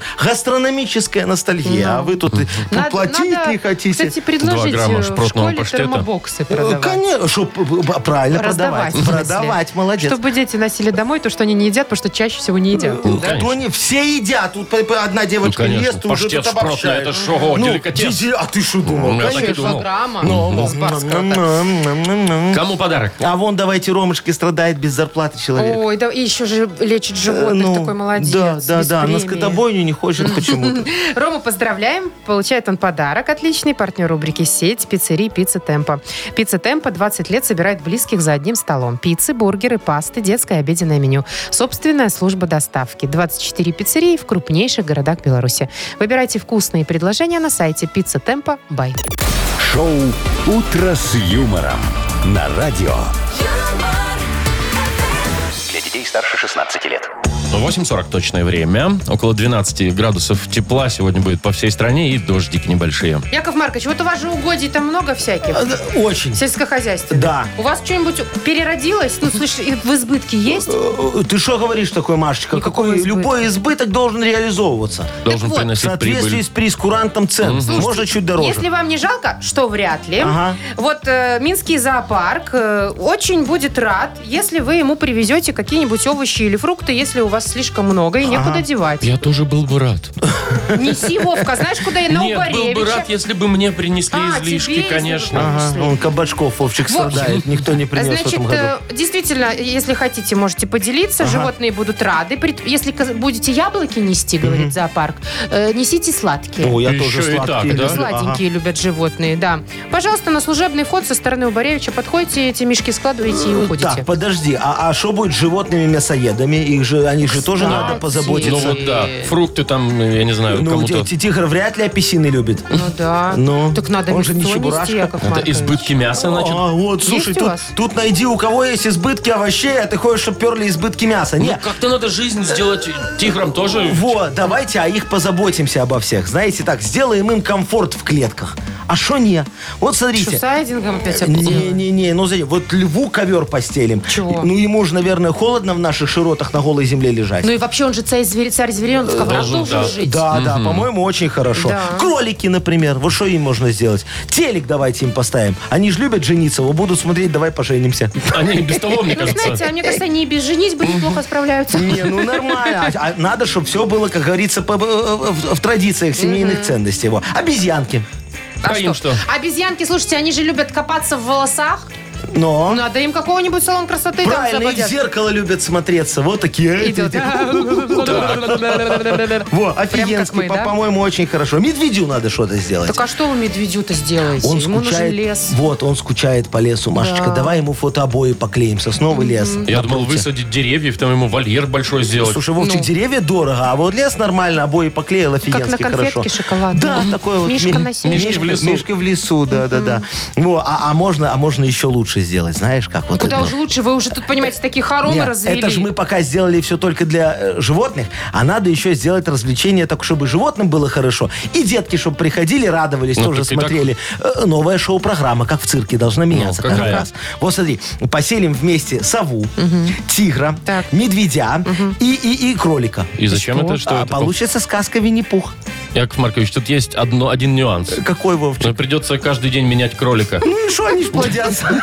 гастрономическая ностальгия. А вы тут и
Надо-
платить
надо,
не хотите.
Кстати, предложить
грамма
э, в
шпротного
школе
паштета.
термобоксы
Э,
продавать.
Конечно, чтоб, э, правильно
Раздавать,
продавать.
в смысле.
Продавать, молодец.
Чтобы дети носили домой то, что они не едят, потому что чаще всего не едят.
Ну,
конечно.
то не все едят. Тут по- по- одна
Ну,
девочка
конечно.
ест, ты уже
Паштет
тут
шпротный,
обобщаешь.
это ж, ого,
Ну,
деликатес.
дизи- А ты что
Ну,
думал?
я так и
Конечно,
думал.
грамма.
Ну,
Из барского-то.
Кому подарок?
А вон, давайте, Ромочка страдает без зарплаты человек.
Ой, да и еще же лечит животных,
Э, ну,
такой молодец.
Да, да,
без
да. ну, На
премии.
скотобойню не хочет почему-то.
Рому поздравляем. Получает он подарок. Отличный партнер рубрики «Сеть» пиццерий «Пицца Темпа». «Пицца Темпа» 20 лет собирает близких за одним столом. Пиццы, бургеры, пасты, детское обеденное меню. Собственная служба доставки. 24 пиццерии в крупнейших городах Беларуси. Выбирайте вкусные предложения на сайте «Пицца Темпа. Бай».
Шоу «Утро с юмором» на радио.
Для детей старше 16 лет.
8.40 точное время. Около 12 градусов тепла сегодня будет по всей стране и дождики небольшие.
Яков Маркович, вот у вас же угодий там много всяких.
Э, да, Очень.
Сельскохозяйство.
Да.
У вас что-нибудь переродилось? Ну, слышь, и в избытке есть?
Э, Ты что говоришь такое, Машечка?
Никакого
Какой
избытка.
любой избыток должен реализовываться.
Должен
вот,
В
приносить
соответствии
прибыль.
с прескурантом цен. Можно чуть
Если
дороже.
вам не жалко, что вряд ли.
Ага.
Вот э, Минский зоопарк э, очень будет рад, если вы ему привезете какие-нибудь овощи или фрукты, если у вас слишком много и некуда девать.
Я тоже был бы рад.
Неси, Вовка, знаешь, куда и на
Нет, был бы
Убаревича.
рад, если бы мне принесли
Ну, А, тебе,
излишки,
если бы
конечно.
Ага,
принесли.
он кабачков, Вовчик,
В общем,
страдает. Никто не принес в
Значит,
этом
э,
году.
действительно, если хотите, можете поделиться. Животные будут рады. Прит- Если к- будете яблоки нести, говорит зоопарк, э, несите сладкие.
О, я
еще
тоже
и так,
сладкий
да?
люблю.
Сладенькие любят животные, да. Пожалуйста, на служебный вход со стороны Убаревича
Э,
подходите, эти мишки складываете и
Ага.
уходите.
а Так, подожди, а что будет с животными мясоедами? Их же они их же тоже
Кстати.
надо позаботиться.
Ну вот да, фрукты там, я не знаю,
Ну,
кому-то
ти- тигр вряд ли апельсины любит.
Ну да.
Ну,
так надо
он же не
мясо нести,
чебурашка.
Яков
Это
Маркович.
избытки мяса, значит.
А, вот,
Есть
слушай,
у
тут,
вас?
тут найди, у кого есть избытки овощей, а ты хочешь, чтобы перли избытки мяса.
Ну,
Нет,
как-то надо жизнь сделать тиграм тоже.
Вот, давайте о их позаботимся обо всех. Знаете, так, сделаем им комфорт в клетках. А что не? Вот
Что,
смотрите.
сайдингом опять обделали?
Не-не-не, ну смотри, вот льву ковер постелим.
Чего?
Ну ему же, наверное, холодно в наших широтах на голой земле лежать.
Ну и вообще он же царь зверей, царь зверей, он в коврах
Должен,
должен
да.
жить.
Да, да, по-моему, очень хорошо.
Да.
Кролики, например, вот что им можно сделать? Телек давайте им поставим. Они же любят жениться, вот будут смотреть, давай поженимся.
Они и без того, мне
Ну, знаете,
кажется.
а мне кажется, они и без женитьбы неплохо справляются.
Не, ну нормально. А- а надо, чтобы все было, как говорится, по- в, в- в традициях семейных ценностей. Во. Обезьянки.
А им что?
Обезьянки, слушайте, они же любят копаться в волосах. Ну,
Но...
Надо им какого-нибудь салон красоты там
Правильно, их в
заводят.
зеркало любят смотреться. Вот такие.
Идет.
Во,
Прям как
офигенский,
мы,
по-
да?
по-моему, очень хорошо. Медведю надо что-то сделать.
Так а что вы медведю-то сделаете?
Он
Ему нужен
скучает.
лес.
Вот, он скучает по лесу, Машечка. Давай ему фотообои поклеим. Сосновый лес.
Я думал, высадить деревьев, там ему вольер большой сделать.
Слушай, Вовчик,
Ну.
деревья дорого, а вот лес нормально, обои поклеил
Как на
офигенски
конфетке
хорошо.
шоколадной.
Да, такой вот.
Мишка
ми-
носил.
Мишка в лесу.
Мишка в лесу, да, да, да. Во, а, а можно, а можно еще лучше сделать, знаешь, как вот.
Куда
это?
уже лучше, вы уже тут, понимаете, такие хоромы
Нет,
развели.
это же мы пока сделали все только для э, животных, а надо еще сделать развлечение так, чтобы животным было хорошо. И детки, чтобы приходили, радовались,
Ну,
тоже
так и так.
смотрели. Э, Новая шоу-программа, как в цирке, должна меняться. каждый
какая?
раз. Вот смотри, поселим вместе сову, тигра,
Так.
медведя и, и, и кролика.
И зачем это? Что
А
это?
получится сказка Винни-Пух.
Яков Маркович, тут есть одно, один нюанс.
Какой, Вовчик?
Но придется каждый день менять кролика.
Ну и что они ж плодятся?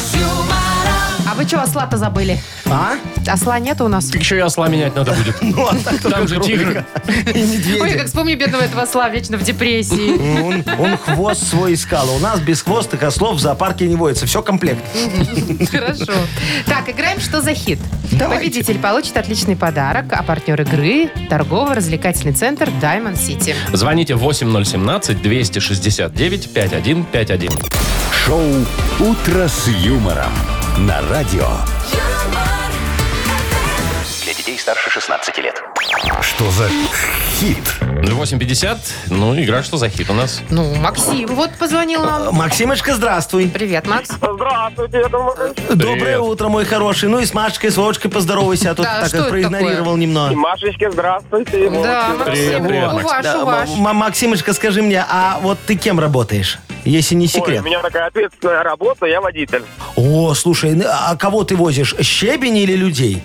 А вы что, осла-то забыли?
А?
Осла нет у нас?
Так еще и осла менять надо будет.
Ну, а так
Там
только
же
кролика. И медведя.
Ой, как вспомню бедного этого осла, вечно в депрессии.
Он, он хвост свой искал. а У нас без хвостых ослов в зоопарке не водится. Все комплект.
Хорошо. Так, играем «Что за хит?».
Давайте.
Победитель получит отличный подарок, а партнер игры – торгово-развлекательный центр Diamond City.
Звоните 8017-269-5151.
Шоу «Утро с юмором» на радио.
юмор,
Для детей старше 16 лет.
Что за хит?
8.50. Ну, игра «Что за хит» у нас?
Ну, Максим вот позвонил нам.
Максимочка, здравствуй.
Привет, Макс.
Здравствуйте, я думаю,
Доброе утро, мой хороший. Ну и с Машечкой, с Вовочкой поздоровайся, а то
Да,
ты так
что
и
это
проигнорировал
такое?
немного.
Машечки, здравствуйте.
Да, Максим.
Привет, привет,
у
Макс.
вас,
Да,
у вас.
М- М- Максимочка, скажи мне, а вот ты кем работаешь? Если не
Ой,
секрет.
у меня такая ответственная работа, я водитель.
О, слушай, ну, а кого ты возишь? Щебень или людей?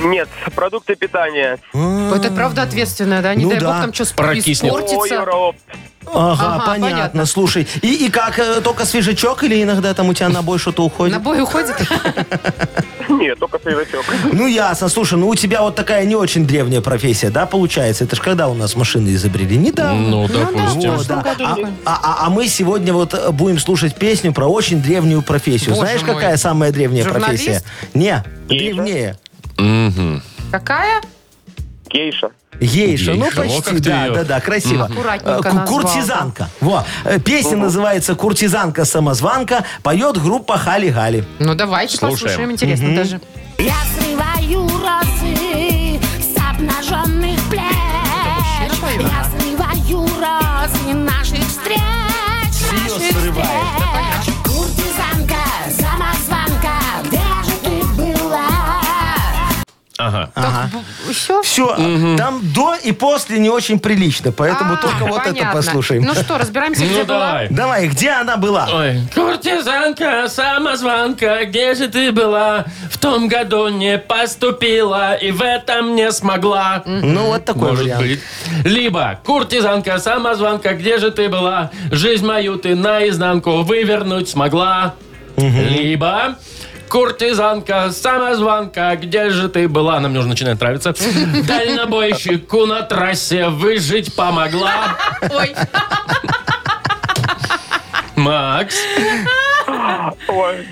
Нет, продукты питания.
Это правда ответственная, да? Не
Ну
дай бог
да.
там что-то
Прокиснет.
Ой,
испортится.
Роб.
Ага,
Ага,
понятно.
понятно.
Слушай, и, и как, э, только свежачок или иногда там у тебя на бой что-то уходит?
На бой уходит?
Нет, только свежачок.
Ну ясно, слушай, ну у тебя вот такая не очень древняя профессия, да, получается? Это ж когда у нас машины изобрели? Недавно.
Ну,
Вот,
допустим.
да.
году
а,
такой.
а- а- а мы сегодня вот э, будем слушать песню про очень древнюю профессию.
Боже
Знаешь,
мой.
какая самая древняя
Журналист?
профессия? Не,
Гейша?
древнее.
Мгм.
Какая?
Гейша.
Гейша, ну
Гейша, во
почти,
как ты
да,
её.
да, да, красиво.
Аккуратненько
Э, ку-
назвал,
Куртизанка. Во. Э, Песня называется «Куртизанка-самозванка». Поет группа Хали-Гали.
Ну, давайте
Слушаем.
послушаем. Интересно даже.
Я срываю розы с обнаженных плеч. Я срываю розы наших встреч. наших встреч. Куртизанка, самозванка, где же ты была?
Ага.
Все?
Все, там до и после не очень прилично, поэтому только вот это послушаем.
А, Ну что, разбираемся, где
Ну,
была?
давай.
Давай, где она была?
Ой. Куртизанка, самозванка, где же ты была? В том году не поступила и в этом не смогла.
Ну, вот такой
Может
вариант.
быть. Либо куртизанка, самозванка, где же ты была? Жизнь мою ты наизнанку вывернуть смогла. Либо куртизанка, самозванка, где же ты была? Нам уже начинает нравиться. Дальнобойщику на трассе выжить помогла.
Ой,
Макс.
Ой,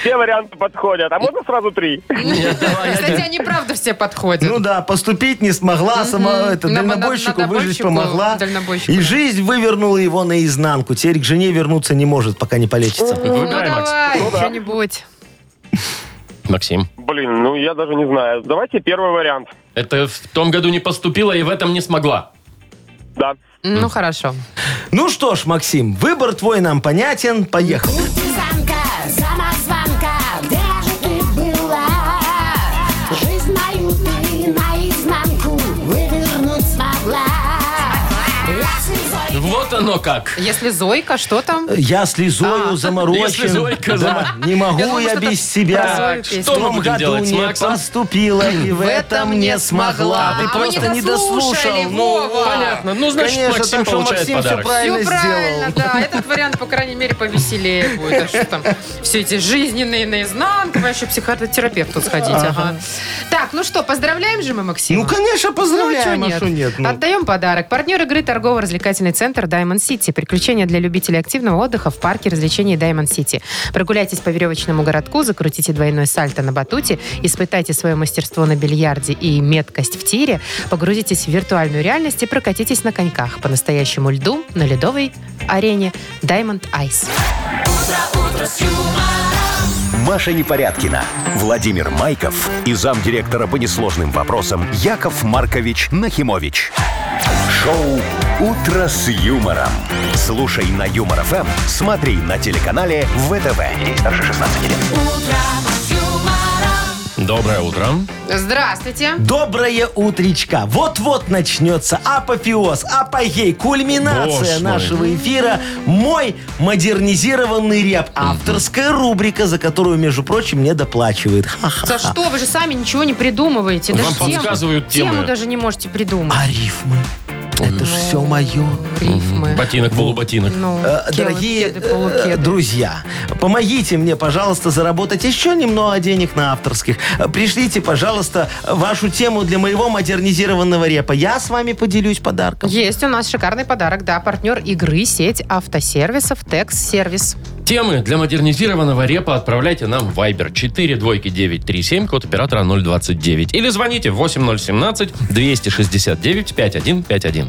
все варианты подходят. А можно сразу три?
Нет, давай
Кстати,
один.
они правда все подходят.
Ну да, поступить не смогла, сама это,
На- на-
дальнобойщику
на-
выжить
дальнобойщику,
помогла.
дальнобойщику,
И
да.
жизнь вывернула его наизнанку. Теперь к жене вернуться не может, пока не полечится.
Ну
Выбирай, Макс.
давай,
Ну да.
что-нибудь.
Максим.
Блин, ну я даже не знаю. Давайте первый вариант.
Это в том году не поступила и в этом не смогла.
Да.
Ну хорошо.
Ну что ж, Максим, выбор твой нам понятен. Поехали.
Куртизанка, самозванка, где же ты была? Жизнь мою ты наизнанку вывернуть смогла. Я слезой
Вот оно как.
Если Зойка, что там?
Я слезою
А,
заморочен.
я слезойка,
Да, Не
Я
могу
думала,
я
что
без
там про
себя.
Зою
Так,
песня.
что мы будем делать с
не
Максом?
поступила и в этом не смогла.
А,
Ты
мы
просто не
дослушали,
дослушал. Ну,
Вова.
Понятно. Ну, значит,
Конечно,
Максим
так что
получает
Максим все
подарок.
правильно
Все правильно,
сделал.
да. Этот вариант, по крайней мере, повеселее будет. А что там? Все эти жизненные наизнанку. Вообще психотерапевту сходить. Ага. Так, ну что, поздравляем же мы Максима?
Ну, конечно, поздравляем, а что нет? ну.
Отдаем подарок. Партнер игры торгово-развлекательный центр Diamond City. Приключения для любителей активного отдыха в парке развлечений Diamond City. Прогуляйтесь по веревочному городку, закрутите двойной сальто на батуте, испытайте свое мастерство на бильярде и меткость в тире, погрузитесь в виртуальную реальность и прокатитесь на коньках по настоящему льду на ледовой арене Diamond Ice.
Маша Непорядкина, Владимир Майков и замдиректора по несложным вопросам Яков Маркович Нахимович. Шоу «Утро с юмором». Слушай на Юмор ФМ, смотри на телеканале ВТВ. Ей старше 16 лет.
Доброе утро.
Здравствуйте.
Доброе утречка. Вот-вот начнется апофеоз, апогей, кульминация
Боже мой.
нашего эфира. Мой модернизированный реп. Авторская рубрика, за которую, между прочим, мне доплачивает. Ха-ха.
За что? Вы же сами ничего не придумываете.
Вам
Даже тему-
подсказывают темы.
Тему даже не можете придумать.
А рифмы? Это ж все мое.
Рифмы.
Ботинок, полуботинок.
Ну,
Э,
кеды,
Дорогие
кеды,
э,
полукеды.
друзья, помогите мне, пожалуйста, заработать еще немного денег на авторских. Э, Пришлите, пожалуйста, вашу тему для моего модернизированного репа. Я с вами поделюсь подарком.
Есть у нас шикарный подарок, да, партнер игры сеть автосервисов Текс Сервис.
Темы для модернизированного репа отправляйте нам в Viber 4 двойки 937, код оператора 029. Или звоните 8017 269 5151.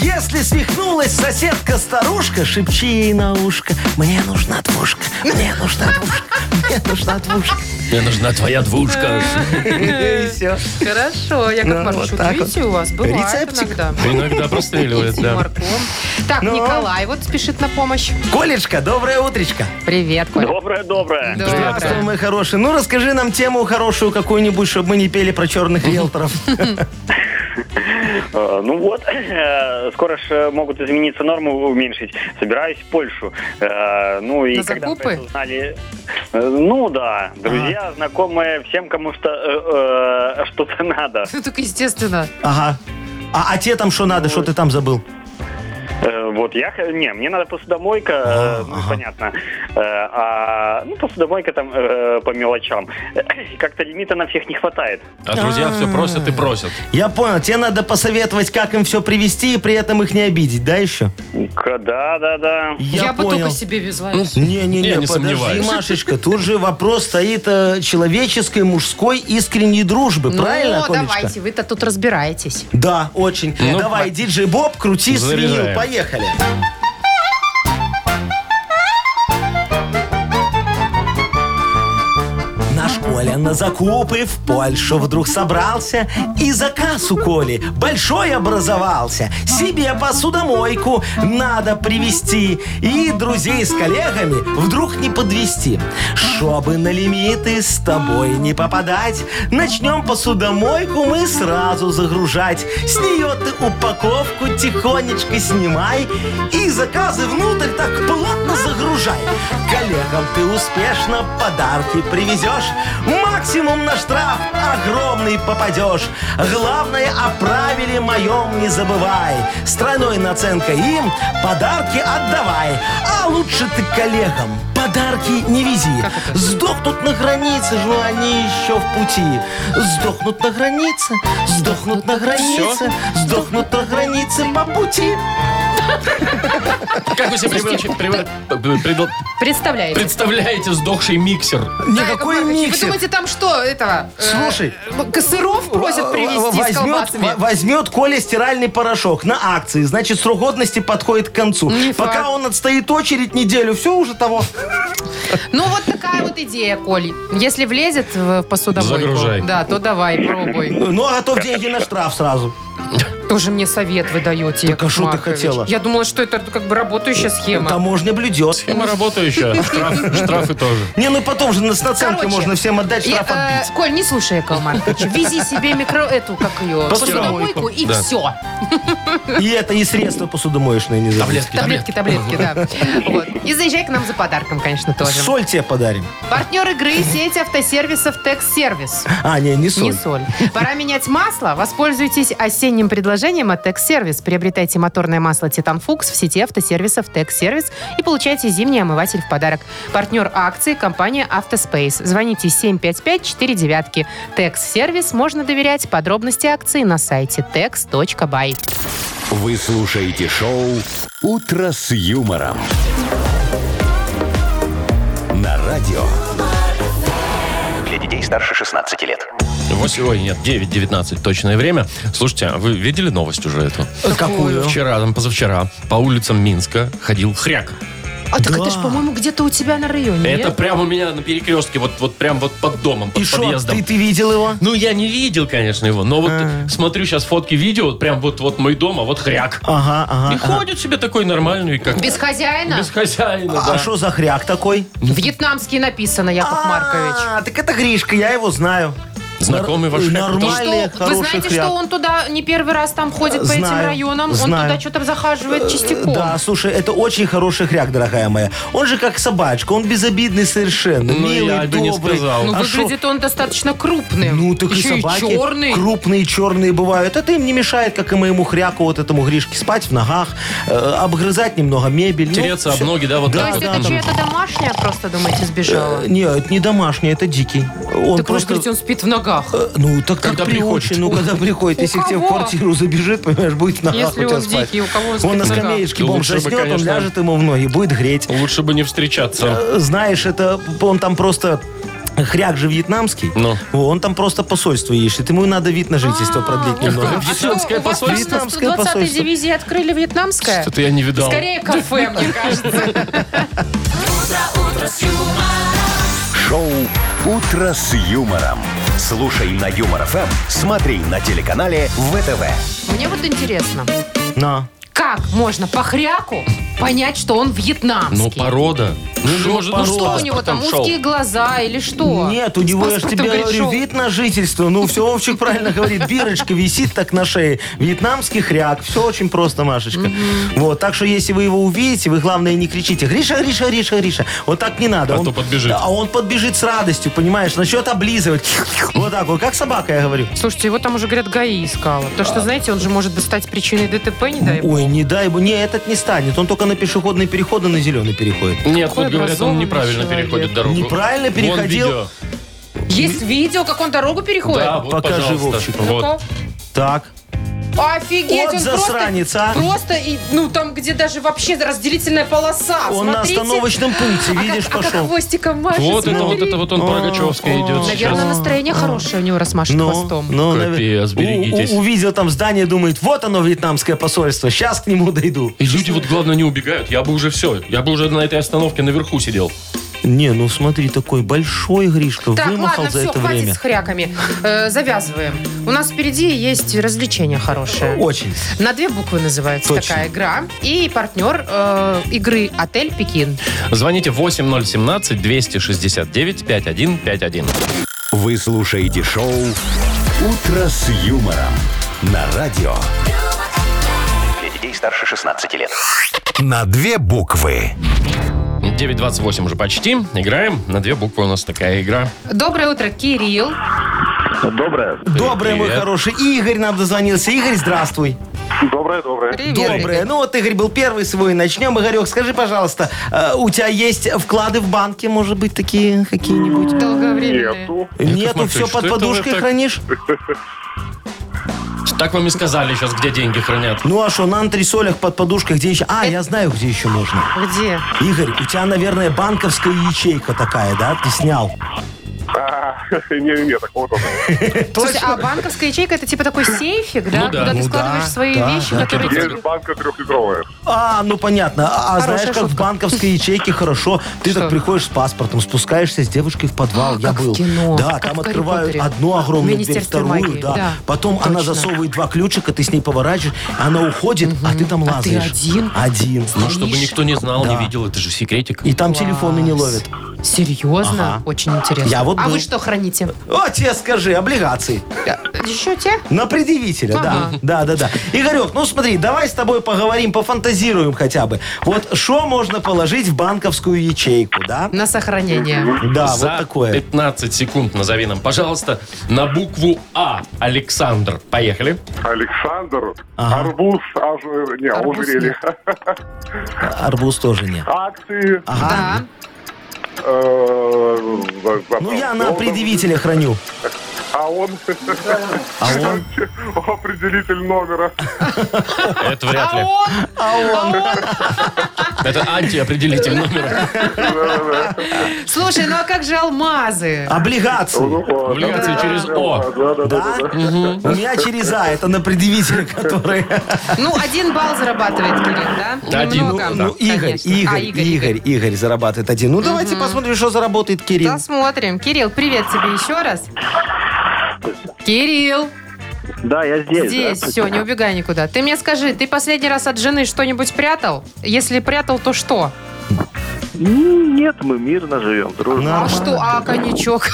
Если свихнулась соседка-старушка, шепчи ей на ушко. Мне нужна двушка, мне нужна двушка, мне нужна двушка.
Мне нужна твоя двушка.
И все.
Хорошо, Яков
Ну,
Маркович,
вот
вот
так
видите,
вот.
у вас бывает
Рецептик.
иногда.
Иногда простреливает,
Идти
да.
морком. Так,
Ну?
Николай вот спешит на помощь.
Колечка, доброе утречко.
Привет,
Ну,
Коля.
Доброе-доброе.
Доброе.
Здравствуй, мой хороший. Ну, расскажи нам тему хорошую какую-нибудь, чтобы мы не пели про черных риэлторов.
Э, Ну вот, э, скоро же могут измениться нормы, уменьшить. Собираюсь в Польшу. Э, Ну и
На
когда
закупы?
про это узнали... э, Ну да, друзья, знакомые, всем, кому что, э, э, что-то надо.
Ну, так естественно.
Ага. А, а те там что надо, что ты там забыл?
Э, Вот я... х- Не, мне надо посудомойка, э, ну, понятно. Э, А, ну, посудомойка там э, по мелочам. И Как-то лимита на всех не хватает.
А друзья все просят и просят.
Я понял, тебе надо посоветовать, как им все привести и при этом их не обидеть, да, еще?
К- Да, да, да.
бы только себе везла.
Я
Не-не-не,
не
подожди,
сомневаюсь.
Машечка, тут же вопрос стоит э, человеческой, мужской, искренней дружбы, правильно,
ну,
Колечка?
давайте, вы-то тут разбираетесь.
Да, очень.
Ну,
Давай,
по-
диджей Боб, крути свинил,
Заряжаем.
поехали. Наш Коля на закупы в Польшу вдруг собрался И заказ у Коли большой образовался Себе посудомойку надо привезти И друзей с коллегами вдруг не подвести Чтобы на лимиты с тобой не попадать Начнем посудомойку мы сразу загружать С нее ты упаковку тихонечко снимай И заказы внутрь так плотно загружай Коллегам ты успешно подарки привезешь Максимум на штраф огромный попадешь Главное, о правиле моем не забывай Страной наценка им подарки отдавай А лучше ты коллегам подарки не вези. Сдохнут на границе же они еще в пути. Сдохнут на границе, сдохнут на границе, сдохнут на границе по пути.
Как вы себе привычи- привы- пр- предл-
Представляете?
представляете сдохший миксер?
Никакой
Маркович, Вы
миксер.
думаете, там что, этого? э,
Слушай.
к- сыров просят привезти с
Возьмет,
колбасами?
в- возьмет Коля стиральный порошок на акции, значит, срок годности подходит к концу.
Не факт.
Пока он отстоит очередь неделю, все уже того.
Ну, вот такая вот идея, Коль. Если влезет в посудомойку,
Загружай.
да, то давай, пробуй.
Ну, а готов деньги на штраф сразу.
Тоже мне совет вы даете,
Так а
Яков
что ты
Маркович.
хотела?
Я думала, что это как бы работающая схема.
Таможня блюдет.
Тема работающая. Штраф- Штрафы тоже.
Не, ну потом же на с наценки
Короче,
можно всем отдать,
И,
штраф
э,
отбить.
Коль, не слушай, Якова Марковича. Вези себе микро... Эту, как ее?
Посудомойку.
Посудомойку и
Да.
все.
И это и средства посудомоечные не забудь.
Таблетки,
Таблетки,
таблетки.
таблетки, да. Вот. И заезжай к нам за подарком, конечно, тоже.
Соль тебе подарим.
Партнер игры сеть автосервисов Текс-сервис.
А, не, не соль.
Не соль. Пора менять масло. Воспользуйтесь осенним предложением от Текс-сервис. Приобретайте моторное масло Титан Фукс в сети автосервисов Текс-сервис и получайте зимний омыватель в подарок. Партнер акции компания Автоспейс. Звоните 755-49. Текс-сервис можно доверять. Подробности акции на сайте tex.by.
Вы слушаете шоу «Утро с юмором». На радио
Для детей старше 16 лет.
Восемь- Ой, нет, 9.19 точное время. Слушайте, а вы видели новость уже эту?
Э, Какую?
Вчера, там, позавчера, по улицам Минска ходил хряк.
А так это ж, по-моему, где-то у тебя на районе.
Это прямо у меня на перекрестке, вот, вот прям вот под домом, под
И шо,
подъездом.
ты, ты видел его?
Ну, я не видел, конечно, его, но вот смотрю сейчас фотки, видео, вот прям вот, вот мой дом, а вот хряк.
Ага,
И
ага.
ходит себе такой нормальный, как...
Без хозяина?
Без хозяина,
А
да.
что за хряк такой?
Вьетнамский написано, Яков Маркович.
А, так это Гришка, я его знаю.
Знакомый ваш хряк?
Нормальный.
Что,
Блин,
вы
хороший
знаете,
хряк.
что он туда не первый раз там ходит по этим
Знаю,
районам? Он
знаю. Э,
туда что-то захаживает частиком.
Да, слушай, это очень хороший хряк, дорогая моя. Он же как собачка, он безобидный совершенно,
Ну,
милый,
я бы не
добрый.
сказал.
Ну,
А шо?
выглядит он достаточно крупным.
Ну, так
Еще
и собаки
черный.
крупные, черные бывают. Это им не мешает, как и моему хряку, вот этому Гришке, спать в ногах, э, обгрызать немного мебель. Ну,
Тереться об
всё.
ноги, да, вот
То
так
есть
вот.
это чья-то домашняя просто, думаете, сбежала?
Э, Нет, это не домашний, это дикий. Он
так
просто...
вы же говорите, он спит в ногах.
Э, Ну, так
Когда
когда
приходит.
приходит. Ну, когда приходит.
У
Если к тебе в
кого?
квартиру забежит, понимаешь, будет в ногах
Если
у тебя
он
спать.
дикий, у кого он спит
Он на
в ногах?
скамеечке,
Ну,
бомж
лучше бы,
заснет, он
конечно. Ну.
ляжет ему в ноги, будет греть.
Лучше бы не встречаться.
Э, Знаешь, это он там просто... Хряк же вьетнамский.
Ну.
Во, Он там просто посольство ищет. Ему надо вид на жительство продлить немного.
А что,
Вьетнамское
у вас там
посольство?
на 120-й
Посольство.
дивизии открыли вьетнамское?
Что-то я не видал.
Скорее кафе, мне кажется.
шоу «Утро с юмором». Слушай на Юмор ФМ, смотри на телеканале ВТВ.
Мне вот интересно,
На.
как можно по хряку понять, что он вьетнамский?
Ну, порода. Ну,
Шо
может,
порода?
ну,
Что у него там,
шел?
узкие глаза или что?
Нет, у него, я же тебе говорю, вид на жительство. Ну, все, Вовчик правильно говорит. Бирочка висит так на шее. Вьетнамский хряк. Все очень просто, Машечка. Вот, так что, если вы его увидите, вы, главное, не кричите. Гриша, Гриша, Гриша, Гриша. Вот так не надо.
А
Он-
то подбежит.
А он подбежит с радостью, понимаешь? Начнет облизывать. Вот так вот, как собака, я говорю.
Слушайте, его там уже, говорят, ГАИ искала. То,
А.
что, знаете, он же может бы стать причиной ДТП, не дай бог.
Ой, не дай бог. Не, этот не станет. Он только на пешеходные переходы, на зеленый переходит.
Нет,
Какой
тут говорят, он
образованный
неправильно
человек.
переходит дорогу.
Неправильно
Вон
переходил?
видео.
Есть видео, как он дорогу переходит?
Да, вот,
Покажи,
пожалуйста.
Вовчик.
Вот.
Ну-ка.
Так.
Офигеть,
Вот
он
засранец,
просто,
а.
просто и, ну там, где даже вообще разделительная полоса.
Он
Смотрите.
на остановочном пункте, видишь,
а как, а как
пошел.
хвостиком машет,
Вот это, вот
смотри.
это, вот он по Рогачевской идет сейчас.
Наверное, настроение хорошее у него, раз машет хвостом.
ну,
Капец,
навер-
берегитесь.
У- у- увидел там здание, думает, вот оно, вьетнамское посольство, сейчас к нему дойду.
И люди вот, главное, не убегают. Я бы уже все. Я бы уже на этой остановке наверху сидел.
Не, ну смотри, такой большой Гришка
Так,
вымахал
ладно,
за
все,
это
хватит
время.
с хряками. Э, завязываем. У нас впереди есть развлечение хорошее.
Очень.
На две буквы называется
Точно.
такая игра. И партнер э, игры «Отель Пекин».
Звоните 8017-269-5151.
Вы слушаете шоу «Утро с юмором» на радио.
Для детей старше 16 лет.
На две буквы.
9.28 уже почти. Играем. На две буквы у нас такая игра.
Доброе утро, Кирилл.
Доброе.
Доброе, мой
Привет.
хороший. Игорь нам дозвонился. Игорь, здравствуй.
Доброе, доброе.
Доброе. Ну вот Игорь был первый свой. Начнем. Игорек, скажи, пожалуйста, э, у тебя есть вклады в банке, может быть, такие какие-нибудь?
Долгое время.
Нету.
Нету,
Маркович, что
все
это
под
вы
подушкой
так?
хранишь?
Так вам и сказали сейчас, где деньги хранят.
Ну а что, на антресолях, под подушкой, где еще?
Э-
А, я знаю, где еще можно.
Где?
Игорь, у тебя, наверное, банковская ячейка такая, да? Ты снял.
А, Не, не, такого тоже.
Слушай, а банковская ячейка это типа такой сейфик, да?
Ну да.
Куда ты
Ну
складываешь
да,
свои
да,
вещи,
да.
которые
Есть
тебе...
банка трехлитровая.
А, ну понятно. А, а
Хорошая
знаешь, как в
шутка.
банковской ячейке хорошо. Ты
Что?
так приходишь с паспортом, спускаешься с девушкой в подвал.
А,
Я
как в
был.
кино,
Да,
как
там
в «Гарри
открывают
Поттере».
одну огромную дверь,
Министерство
вторую,
магии,
да.
да,
Потом она
точно.
засовывает два ключика, ты с ней поворачиваешь, она уходит, а ты там
А ты
лазаешь.
один?
Один.
Ну, чтобы никто не знал, не
Да.
видел, это же секретик.
И там
Класс.
Ну, телефоны не ловят.
Серьезно?
Ага.
Очень интересно.
Я вот
а
был.
вы что храните?
О, тебе скажи, облигации.
Еще те?
На предъявителя,
Ага.
да. Да, да, да. Игорек, ну смотри, давай с тобой поговорим, пофантазируем хотя бы. Вот что можно положить в банковскую ячейку, да?
На сохранение.
Да,
За
вот такое.
15 секунд назови нам, пожалуйста, на букву А. Александр. Поехали.
Александр,
Ага.
арбуз, аж- не,
Арбуз
ужрели.
Арбуз тоже нет.
Акции. э,
Ага.
Да.
А- Ну я на предъявителя храню.
А он
А он?
определитель номера.
Это вряд
Э.
ли.
А он?
Это антиопределитель номера.
Слушай, ну а как же алмазы?
Облигации.
Ну,
Облигации через О.
Да? У меня через А, это на предъявителя, который...
Ну, один балл зарабатывает Кирилл, да?
Один.
Немного,
Ну,
Ну, Игорь,
конечно. А,
Игорь, Игорь, Игорь зарабатывает один. Ну, давайте посмотрим, что заработает Кирилл.
Посмотрим. Кирилл, привет тебе еще раз. Кирилл,
Да, я
здесь, все, не убегай никуда. Ты мне скажи, ты последний раз от жены что-нибудь прятал? Если прятал, то что?
Нет, мы мирно живем, дружно.
А
Нормально.
что? А коньячок?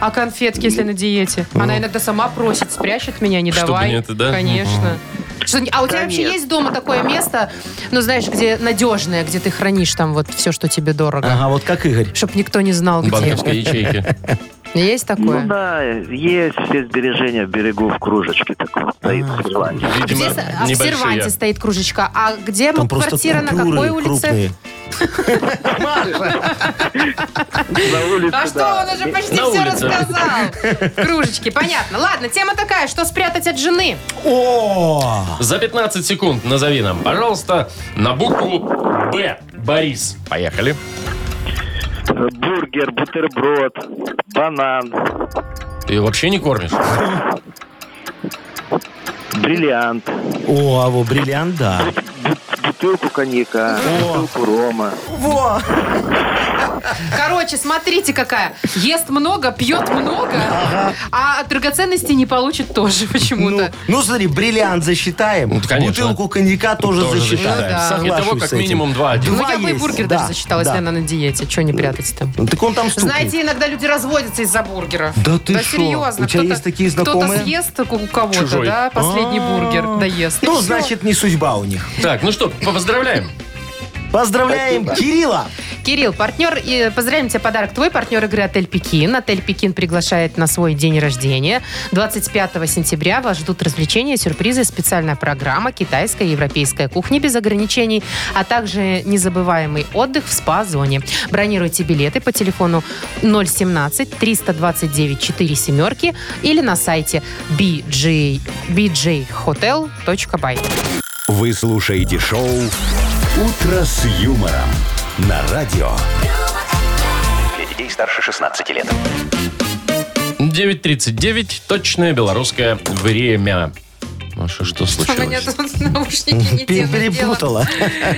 А конфетки, если на диете? Она иногда сама просит, спрячь от меня, не
Чтобы
давай.
не это, да?
Конечно. Что, а у тебя вообще есть дома такое место, ну, знаешь, где надежное, где ты хранишь там вот все, что тебе дорого?
Ага, вот как Игорь.
Чтоб никто не знал, где.
Банковской ячейки.
Есть такое?
Ну да, есть все сбережения в берегу в кружечке так вот стоит в Таиланде.
Видимо,
Где с- а в серванте
небольшие.
стоит кружечка. А где
Там просто
квартира на какой
купюры
улице?
крупные.
А что, он уже почти
На
все
улице.
рассказал. Кружечки, понятно. Ладно, тема такая, что спрятать от жены.
О!
За 15 секунд назови нам, пожалуйста, на букву Б. Борис. Поехали.
Бургер, бутерброд, банан,
Ты её вообще не кормишь?
бриллиант,
О, а вот бриллиант, да.
бутылку коньяка, бутылку рома.
Во!
Короче, смотрите какая. Ест много, пьет много, а драгоценности не получит тоже
Ну,
почему-то.
ну, смотри, бриллиант засчитаем.
Ну, конечно.
Бутылку коньяка тоже,
Тоже
засчитаем.
засчитаем. Ну
Соглашусь
Итого как
с этим.
минимум 2-1.
Ну,
два
я бы и
есть,
бургер
да,
даже засчитала, если
да.
она на диете. Что не прятать там?
Ну, Так он там стукнет.
Знаете, иногда люди разводятся из-за бургера.
Да ты шо?
серьезно.
У тебя
кто-то-
есть такие
Кто-то
знакомые?
съест у кого-то,
Чужой.
да, последний бургер доест. И
Ну,
всё.
значит, не судьба у них.
Так, ну что, поздравляем.
Поздравляем Кирилла!
Кирилл, партнер, э, поздравим тебя подарок твой, партнер игры «Отель Пекин». «Отель Пекин» приглашает на свой день рождения. 25 сентября вас ждут развлечения, сюрпризы, специальная программа, китайская и европейская кухня без ограничений, а также незабываемый отдых в спа-зоне. Бронируйте билеты по телефону 017-329-4 семерки или на сайте bj, bjhotel.by.
Вы слушаете шоу «Утро с юмором» на радио.
Для детей старше 16 лет.
9.39, точное белорусское время. Маша, что
У меня
случилось?
тут наушники не те
Пе-
надела.
Перепутала.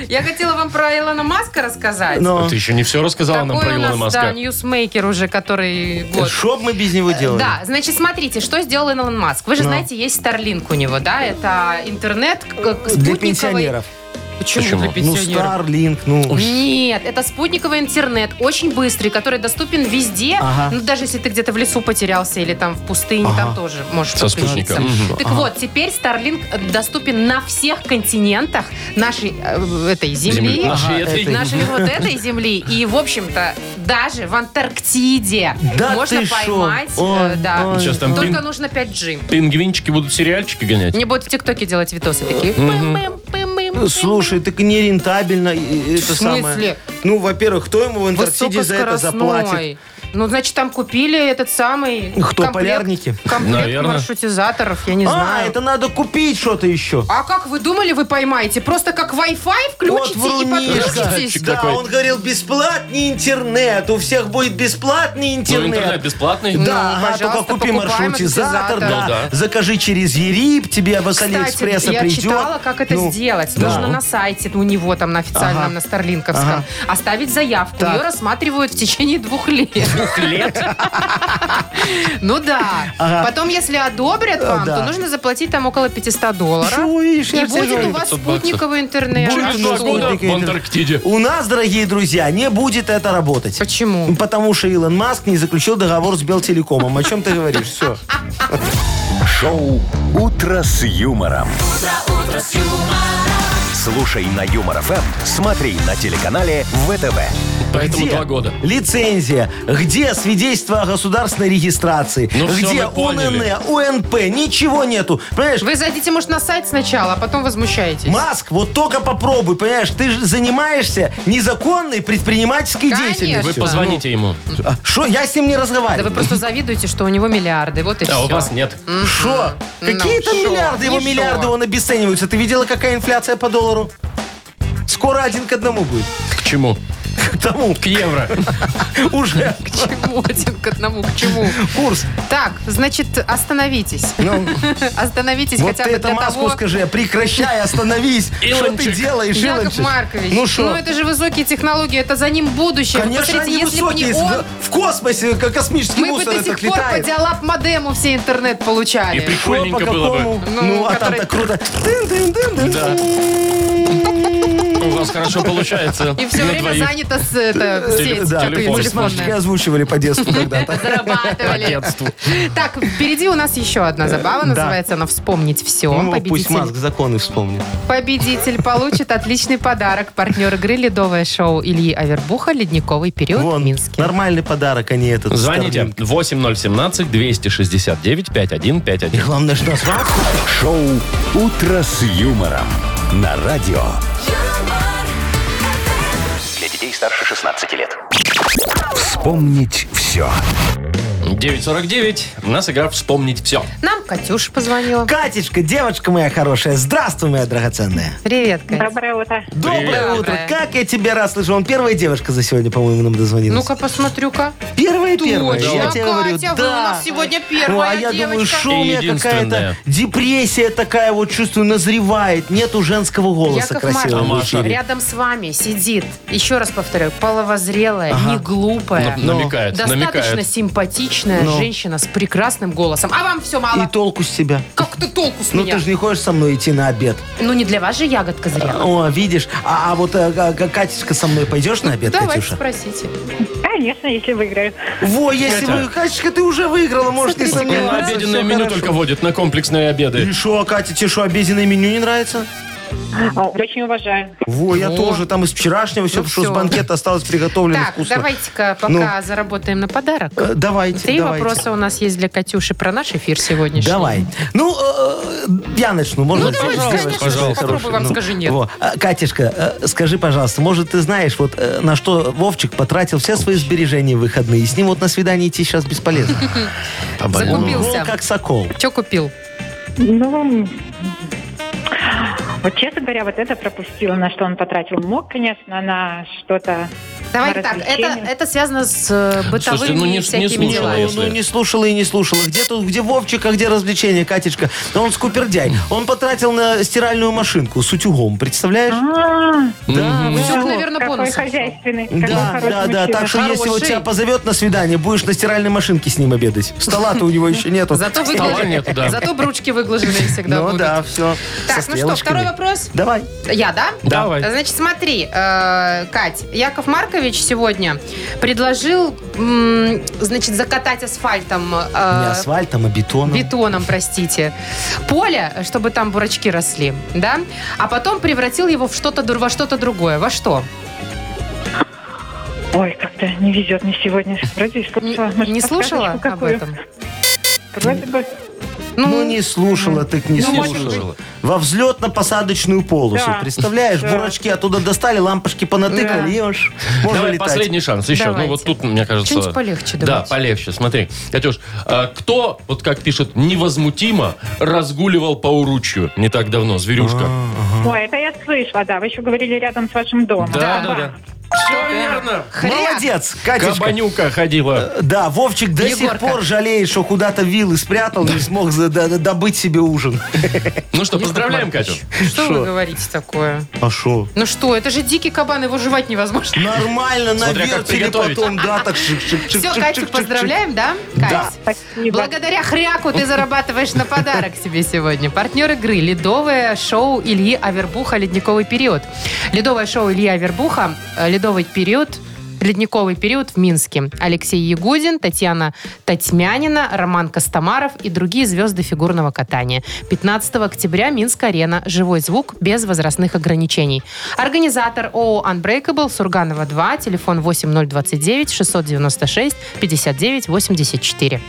Я хотела вам про Илона Маска рассказать.
Но
А Ты еще не все рассказала Ну, нам
Такой
про
у
Илона
нас, да,
Маска. Э,
ньюсмейкер уже, который год.
что б мы без него делали?
Да, значит, смотрите, что сделал Илон Маск. Вы же
Ну.
знаете, есть Starlink у него, да? Это интернет к- к-
Для
спутниковый.
пенсионеров.
Почему,
Почему?
для
Ну,
пенсионеров?
Старлинг, ну...
Нет, это спутниковый интернет, очень быстрый, который доступен везде.
Ага.
Ну, даже если ты где-то в лесу потерялся или там в пустыне, там тоже можешь
Со
подключиться.
спутника. Мгм.
Так вот, теперь Starlink э, доступен на всех континентах нашей э, этой земли.
Земли. Нашей этой.
Нашей вот этой земли. И, в общем-то, даже в Антарктиде
Да
можно
ты шо?
поймать. э,
Ой,
да.
ой,
Сейчас там
Только
пин-
нужно 5G.
Пингвинчики будут сериальчики гонять.
Мне будут в ТикТоке делать видосы такие. Пым-пым, пым-пым, пым-пым.
Слушай, так нерентабельно и- и это
В смысле?
самое. Ну, во-первых, кто ему в Антарктиде за это
Высокоскоростной.
заплатит?
Ну, значит, там купили этот самый...
Кто,
комплект-
полярники?
Комплект
Наверно.
маршрутизаторов, я не
А,
знаю.
это надо купить что-то еще.
А как вы думали, вы поймаете? Просто как Wi-Fi включите
Вот
и
врунишка.
подключитесь?
Да. такой.
он говорил, бесплатный интернет, у всех будет бесплатный
Ну,
интернет.
интернет бесплатный.
Ну,
Да, ага,
пожалуйста,
только купи
покупаем
маршрутизатор,
маршрутизатор.
да.
Ну, да.
закажи через Ерип, тебе в с Алиэкспресса
Кстати, я
придет.
читала, как это
Ну,
сделать.
да.
Нужно на сайте у него, там, на официальном,
Ага.
на Старлинковском,
Ага.
оставить заявку.
Так.
Ее рассматривают в течение двух лет. Двух лет? Ну да.
Ага.
Потом, если одобрят вам,
да.
то нужно заплатить там около 500 долларов.
Чего, видишь, я
И
тебе
будет у
говорю.
вас
500 баксов.
спутниковый интернет.
Будет
А
Через
у
Ну, два
нас
что?
года
спутник
в Антарктиде.
У нас, дорогие друзья, не будет это работать.
Почему?
Потому что Илон Маск не заключил договор с Белтелекомом. О чем ты говоришь? Все.
Шоу «Утро с юмором». Слушай на Юмор ФМ, смотри на телеканале ВТВ.
Поэтому
Где
два года.
Лицензия. Где свидетельство о государственной регистрации?
Ну всё,
Где
мы поняли.
УНН, УНП? Ничего нету. Понимаешь?
Вы зайдите, может, на сайт сначала, а потом возмущаетесь.
Маск, вот только попробуй, понимаешь, ты же занимаешься незаконной предпринимательской
Конечно.
Вы
деятельностью.
позвоните
Ну,
ему.
А, Что? Я с ним не
Да вы
разговариваю.
просто завидуете, что у него миллиарды. Вот и
А у
все.
вас нет.
Что? Какие там
Ну, шо?
миллиарды? Его
Ни
миллиарды,
шо.
он обесценивается. Ты видела, какая инфляция по доллару? Скоро один к одному будет.
К чему?
К тому
К евро.
уже
К чему один к одному? К чему?
курс.
Так, значит, остановитесь.
Ну,
Остановитесь
вот
хотя
ты
бы
это
для
маску
того...
скажи, прекращай, остановись. Что ты
Илончик.
делаешь,
Яков
Илончик?
Маркович,
Ну что?
это же высокие технологии, это за ним будущее. Вы
Конечно,
посмотрите,
они
если бы не
высокие.
он,
В космосе, э, как космический
мы бы
мусор
до
этот
сих пор по
летает.
диалап модему все интернет
И
получали.
Что, по
прикольненько было бы.
какому?
Ну,
Ну, а там
который-
так круто. Дын-дын-дын-дын.
Да. У вас хорошо получается.
И все
на
время
двоих.
занято с это,
Теле-
сеть
Да,
Телефон.
мы с Машечкой
телефонная.
озвучивали по детству когда-то.
Зарабатывали.
Отец.
Так, впереди у нас еще одна забава, называется она «Вспомнить все».
Ну, пусть
Победитель
Маск законы вспомнит.
Победитель получит отличный подарок. Партнер игры «Ледовое шоу» Ильи Авербуха «Ледниковый период» в
Вон,
Минске.
нормальный подарок, а не этот.
Звоните
Starlink.
8017-269-5151.
Главное, что нас
Шоу «Утро с юмором» на радио.
Для детей старше 16 лет.
Вспомнить все.
9.49. У нас игра «Вспомнить все».
Нам Катюша позвонила.
Катечка, девочка моя хорошая, здравствуй, моя драгоценная.
Привет, Катя.
Доброе утро.
Доброе
Привет.
утро. Как я тебя раз слышал. Он первая девушка за сегодня, по-моему, нам дозвонилась.
Ну-ка, посмотрю-ка.
первая, первая.
Точно,
Я тебе говорю,
Катя, вы у
да.
нас сегодня первая
Ну, а я думаю,
девочка.
что у меня
Единственная.
какая-то депрессия такая вот, чувствую, назревает. Нету женского голоса
Яков
красивого. в
Маркович,
Маша?
эфире.
рядом с вами сидит, еще раз повторяю, половозрелая, не глупая,
Н- намекает,
достаточно
намекает.
симпатичная
Ну.
женщина с прекрасным голосом. А вам все мало.
И толку с тебя.
Как ты толку с
Ну,
меня?
ты же не хочешь со мной идти на обед.
Ну, не для вас же ягодка зрела.
О, видишь. А, а вот э, Га- Га- Катечка со мной пойдешь на обед,
Давайте
Э, Катюша?
спросите.
Конечно, если выиграю.
Во, если
Катя.
вы... Катечка, ты уже выиграла, можешь не
Смотрите,
Он на
сомневаться.
обеденное
Ну, всё
меню
хорошо.
только водит, на комплексные
И
обеды.
что, Катя, тебе что, обеденное меню не нравится?
А,
Очень уважаю.
Во, я
Во.
тоже. Там из вчерашнего все,
Ну
что с
всё.
банкета осталось приготовлено
Так,
вкусно.
давайте-ка
Ну.
пока заработаем на подарок.
Э, Давайте,
Три
давайте.
вопроса у нас есть для Катюши про наш эфир сегодняшний.
Давай. Ну, э, я начну. Можно
Ну, давай,
девочка,
конечно,
пожалуйста.
попробуй вам
Ну,
скажи нет.
во. А, Катюшка, э, скажи, пожалуйста, может, ты знаешь, вот э, на что Вовчик потратил все свои сбережения в выходные, и с ним вот на свидание идти сейчас бесполезно.
Закупился.
Ну,
Он как сокол.
Что купил?
Ну, м, вот честно говоря, вот это пропустила, на что он потратил. Мог, конечно, на что-то
Давайте так, это,
развлечения.
это связано с э, бытовыми
Слушайте, ну, не- не
всякими
слушала
делами.
я.
Ну,
если-
ну, не слушала и не слушала. Где тут, где Вовчик, а где развлечение, Катечка? Да он скупердяй. Он потратил на стиральную машинку с утюгом, представляешь?
А,
Да, вы
Утюг,
чего?
наверное,
Какой
бонус.
хозяйственный. какой
Да,
хороший
да, да.
мужчина.
Так что если вот
Хороший.
тебя позовет на свидание, будешь на стиральной машинке с ним обедать. Стола-то у него еще нету.
Зато
Стола
выглаженные.
нету, да.
Зато брючки выглаженные всегда
Ну
будут.
да, все.
Так, ну что, второй вопрос?
Давай.
Я, да?
Давай.
Значит, смотри, э, Кать, Яков Маркович сегодня предложил, м, значит, закатать асфальтом, э,
Не асфальтом, а бетоном.
бетоном, простите, поле, чтобы там бурачки росли, да? А потом превратил его в что-то, дур- во что-то другое. Во что?
Ой, как-то не везет мне сегодня. Вроде и
Не,
слушала. Может,
не слушала
подсказочку
об
какую?
этом?
Вроде бы.
Ну, не слушала, так не
Ну, может
слушала.
быть.
Во взлетно-посадочную полосу.
Да.
Представляешь,
Да.
бурачки оттуда достали, лампочки понатыкали, и уж можно
Давай
летать.
последний шанс еще.
Давайте.
Ну вот тут, мне кажется...
Что-нибудь полегче
Да,
давайте.
полегче. Смотри, Катюш, а кто, вот как пишут, невозмутимо разгуливал по уручью не так давно, зверюшка?
А.
Ой, это я слышала, да. Вы еще говорили рядом с вашим домом.
Да, да, да. Все верно.
Молодец, Катечка.
Кабанюка ходила.
Да, Вовчик до сих
Егорка.
пор жалеет, что куда-то вилы спрятал, не смог за- д- д- добыть себе ужин.
Ну что, поздравляем, Катю.
Маркович, Что вы говорите такое?
А шо?
Ну что, это же дикий кабан, его жевать невозможно.
Нормально, на
Смотря как
вертеле
приготовить.
потом, да, так шик шик шик
Все,
шик,
Катю,
шик, шик,
поздравляем, да?
Да.
Кать?
Спасибо.
Благодаря хряку ты зарабатываешь на подарок себе сегодня. Партнер игры – ледовое шоу Ильи Авербуха «Ледниковый период». Ледовое шоу Ильи Авербуха э, «Ледовый период» Ледниковый период в Минске. Алексей Ягудин, Татьяна Татьмянина, Роман Костомаров и другие звезды фигурного катания. 15 октября Минск-арена. Живой звук без возрастных ограничений. Организатор ООО Unbreakable Сурганова 2, телефон 8029 696 59 84.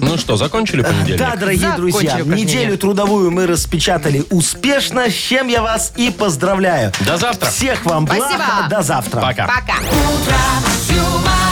Ну что, закончили понедельник?
Э, Да, дорогие
Закончили
друзья,
упражнение.
неделю трудовую мы распечатали успешно, с чем я вас и поздравляю.
До завтра.
Всех вам благ,
Спасибо.
до завтра.
Пока.
Пока.
Утро с юмором.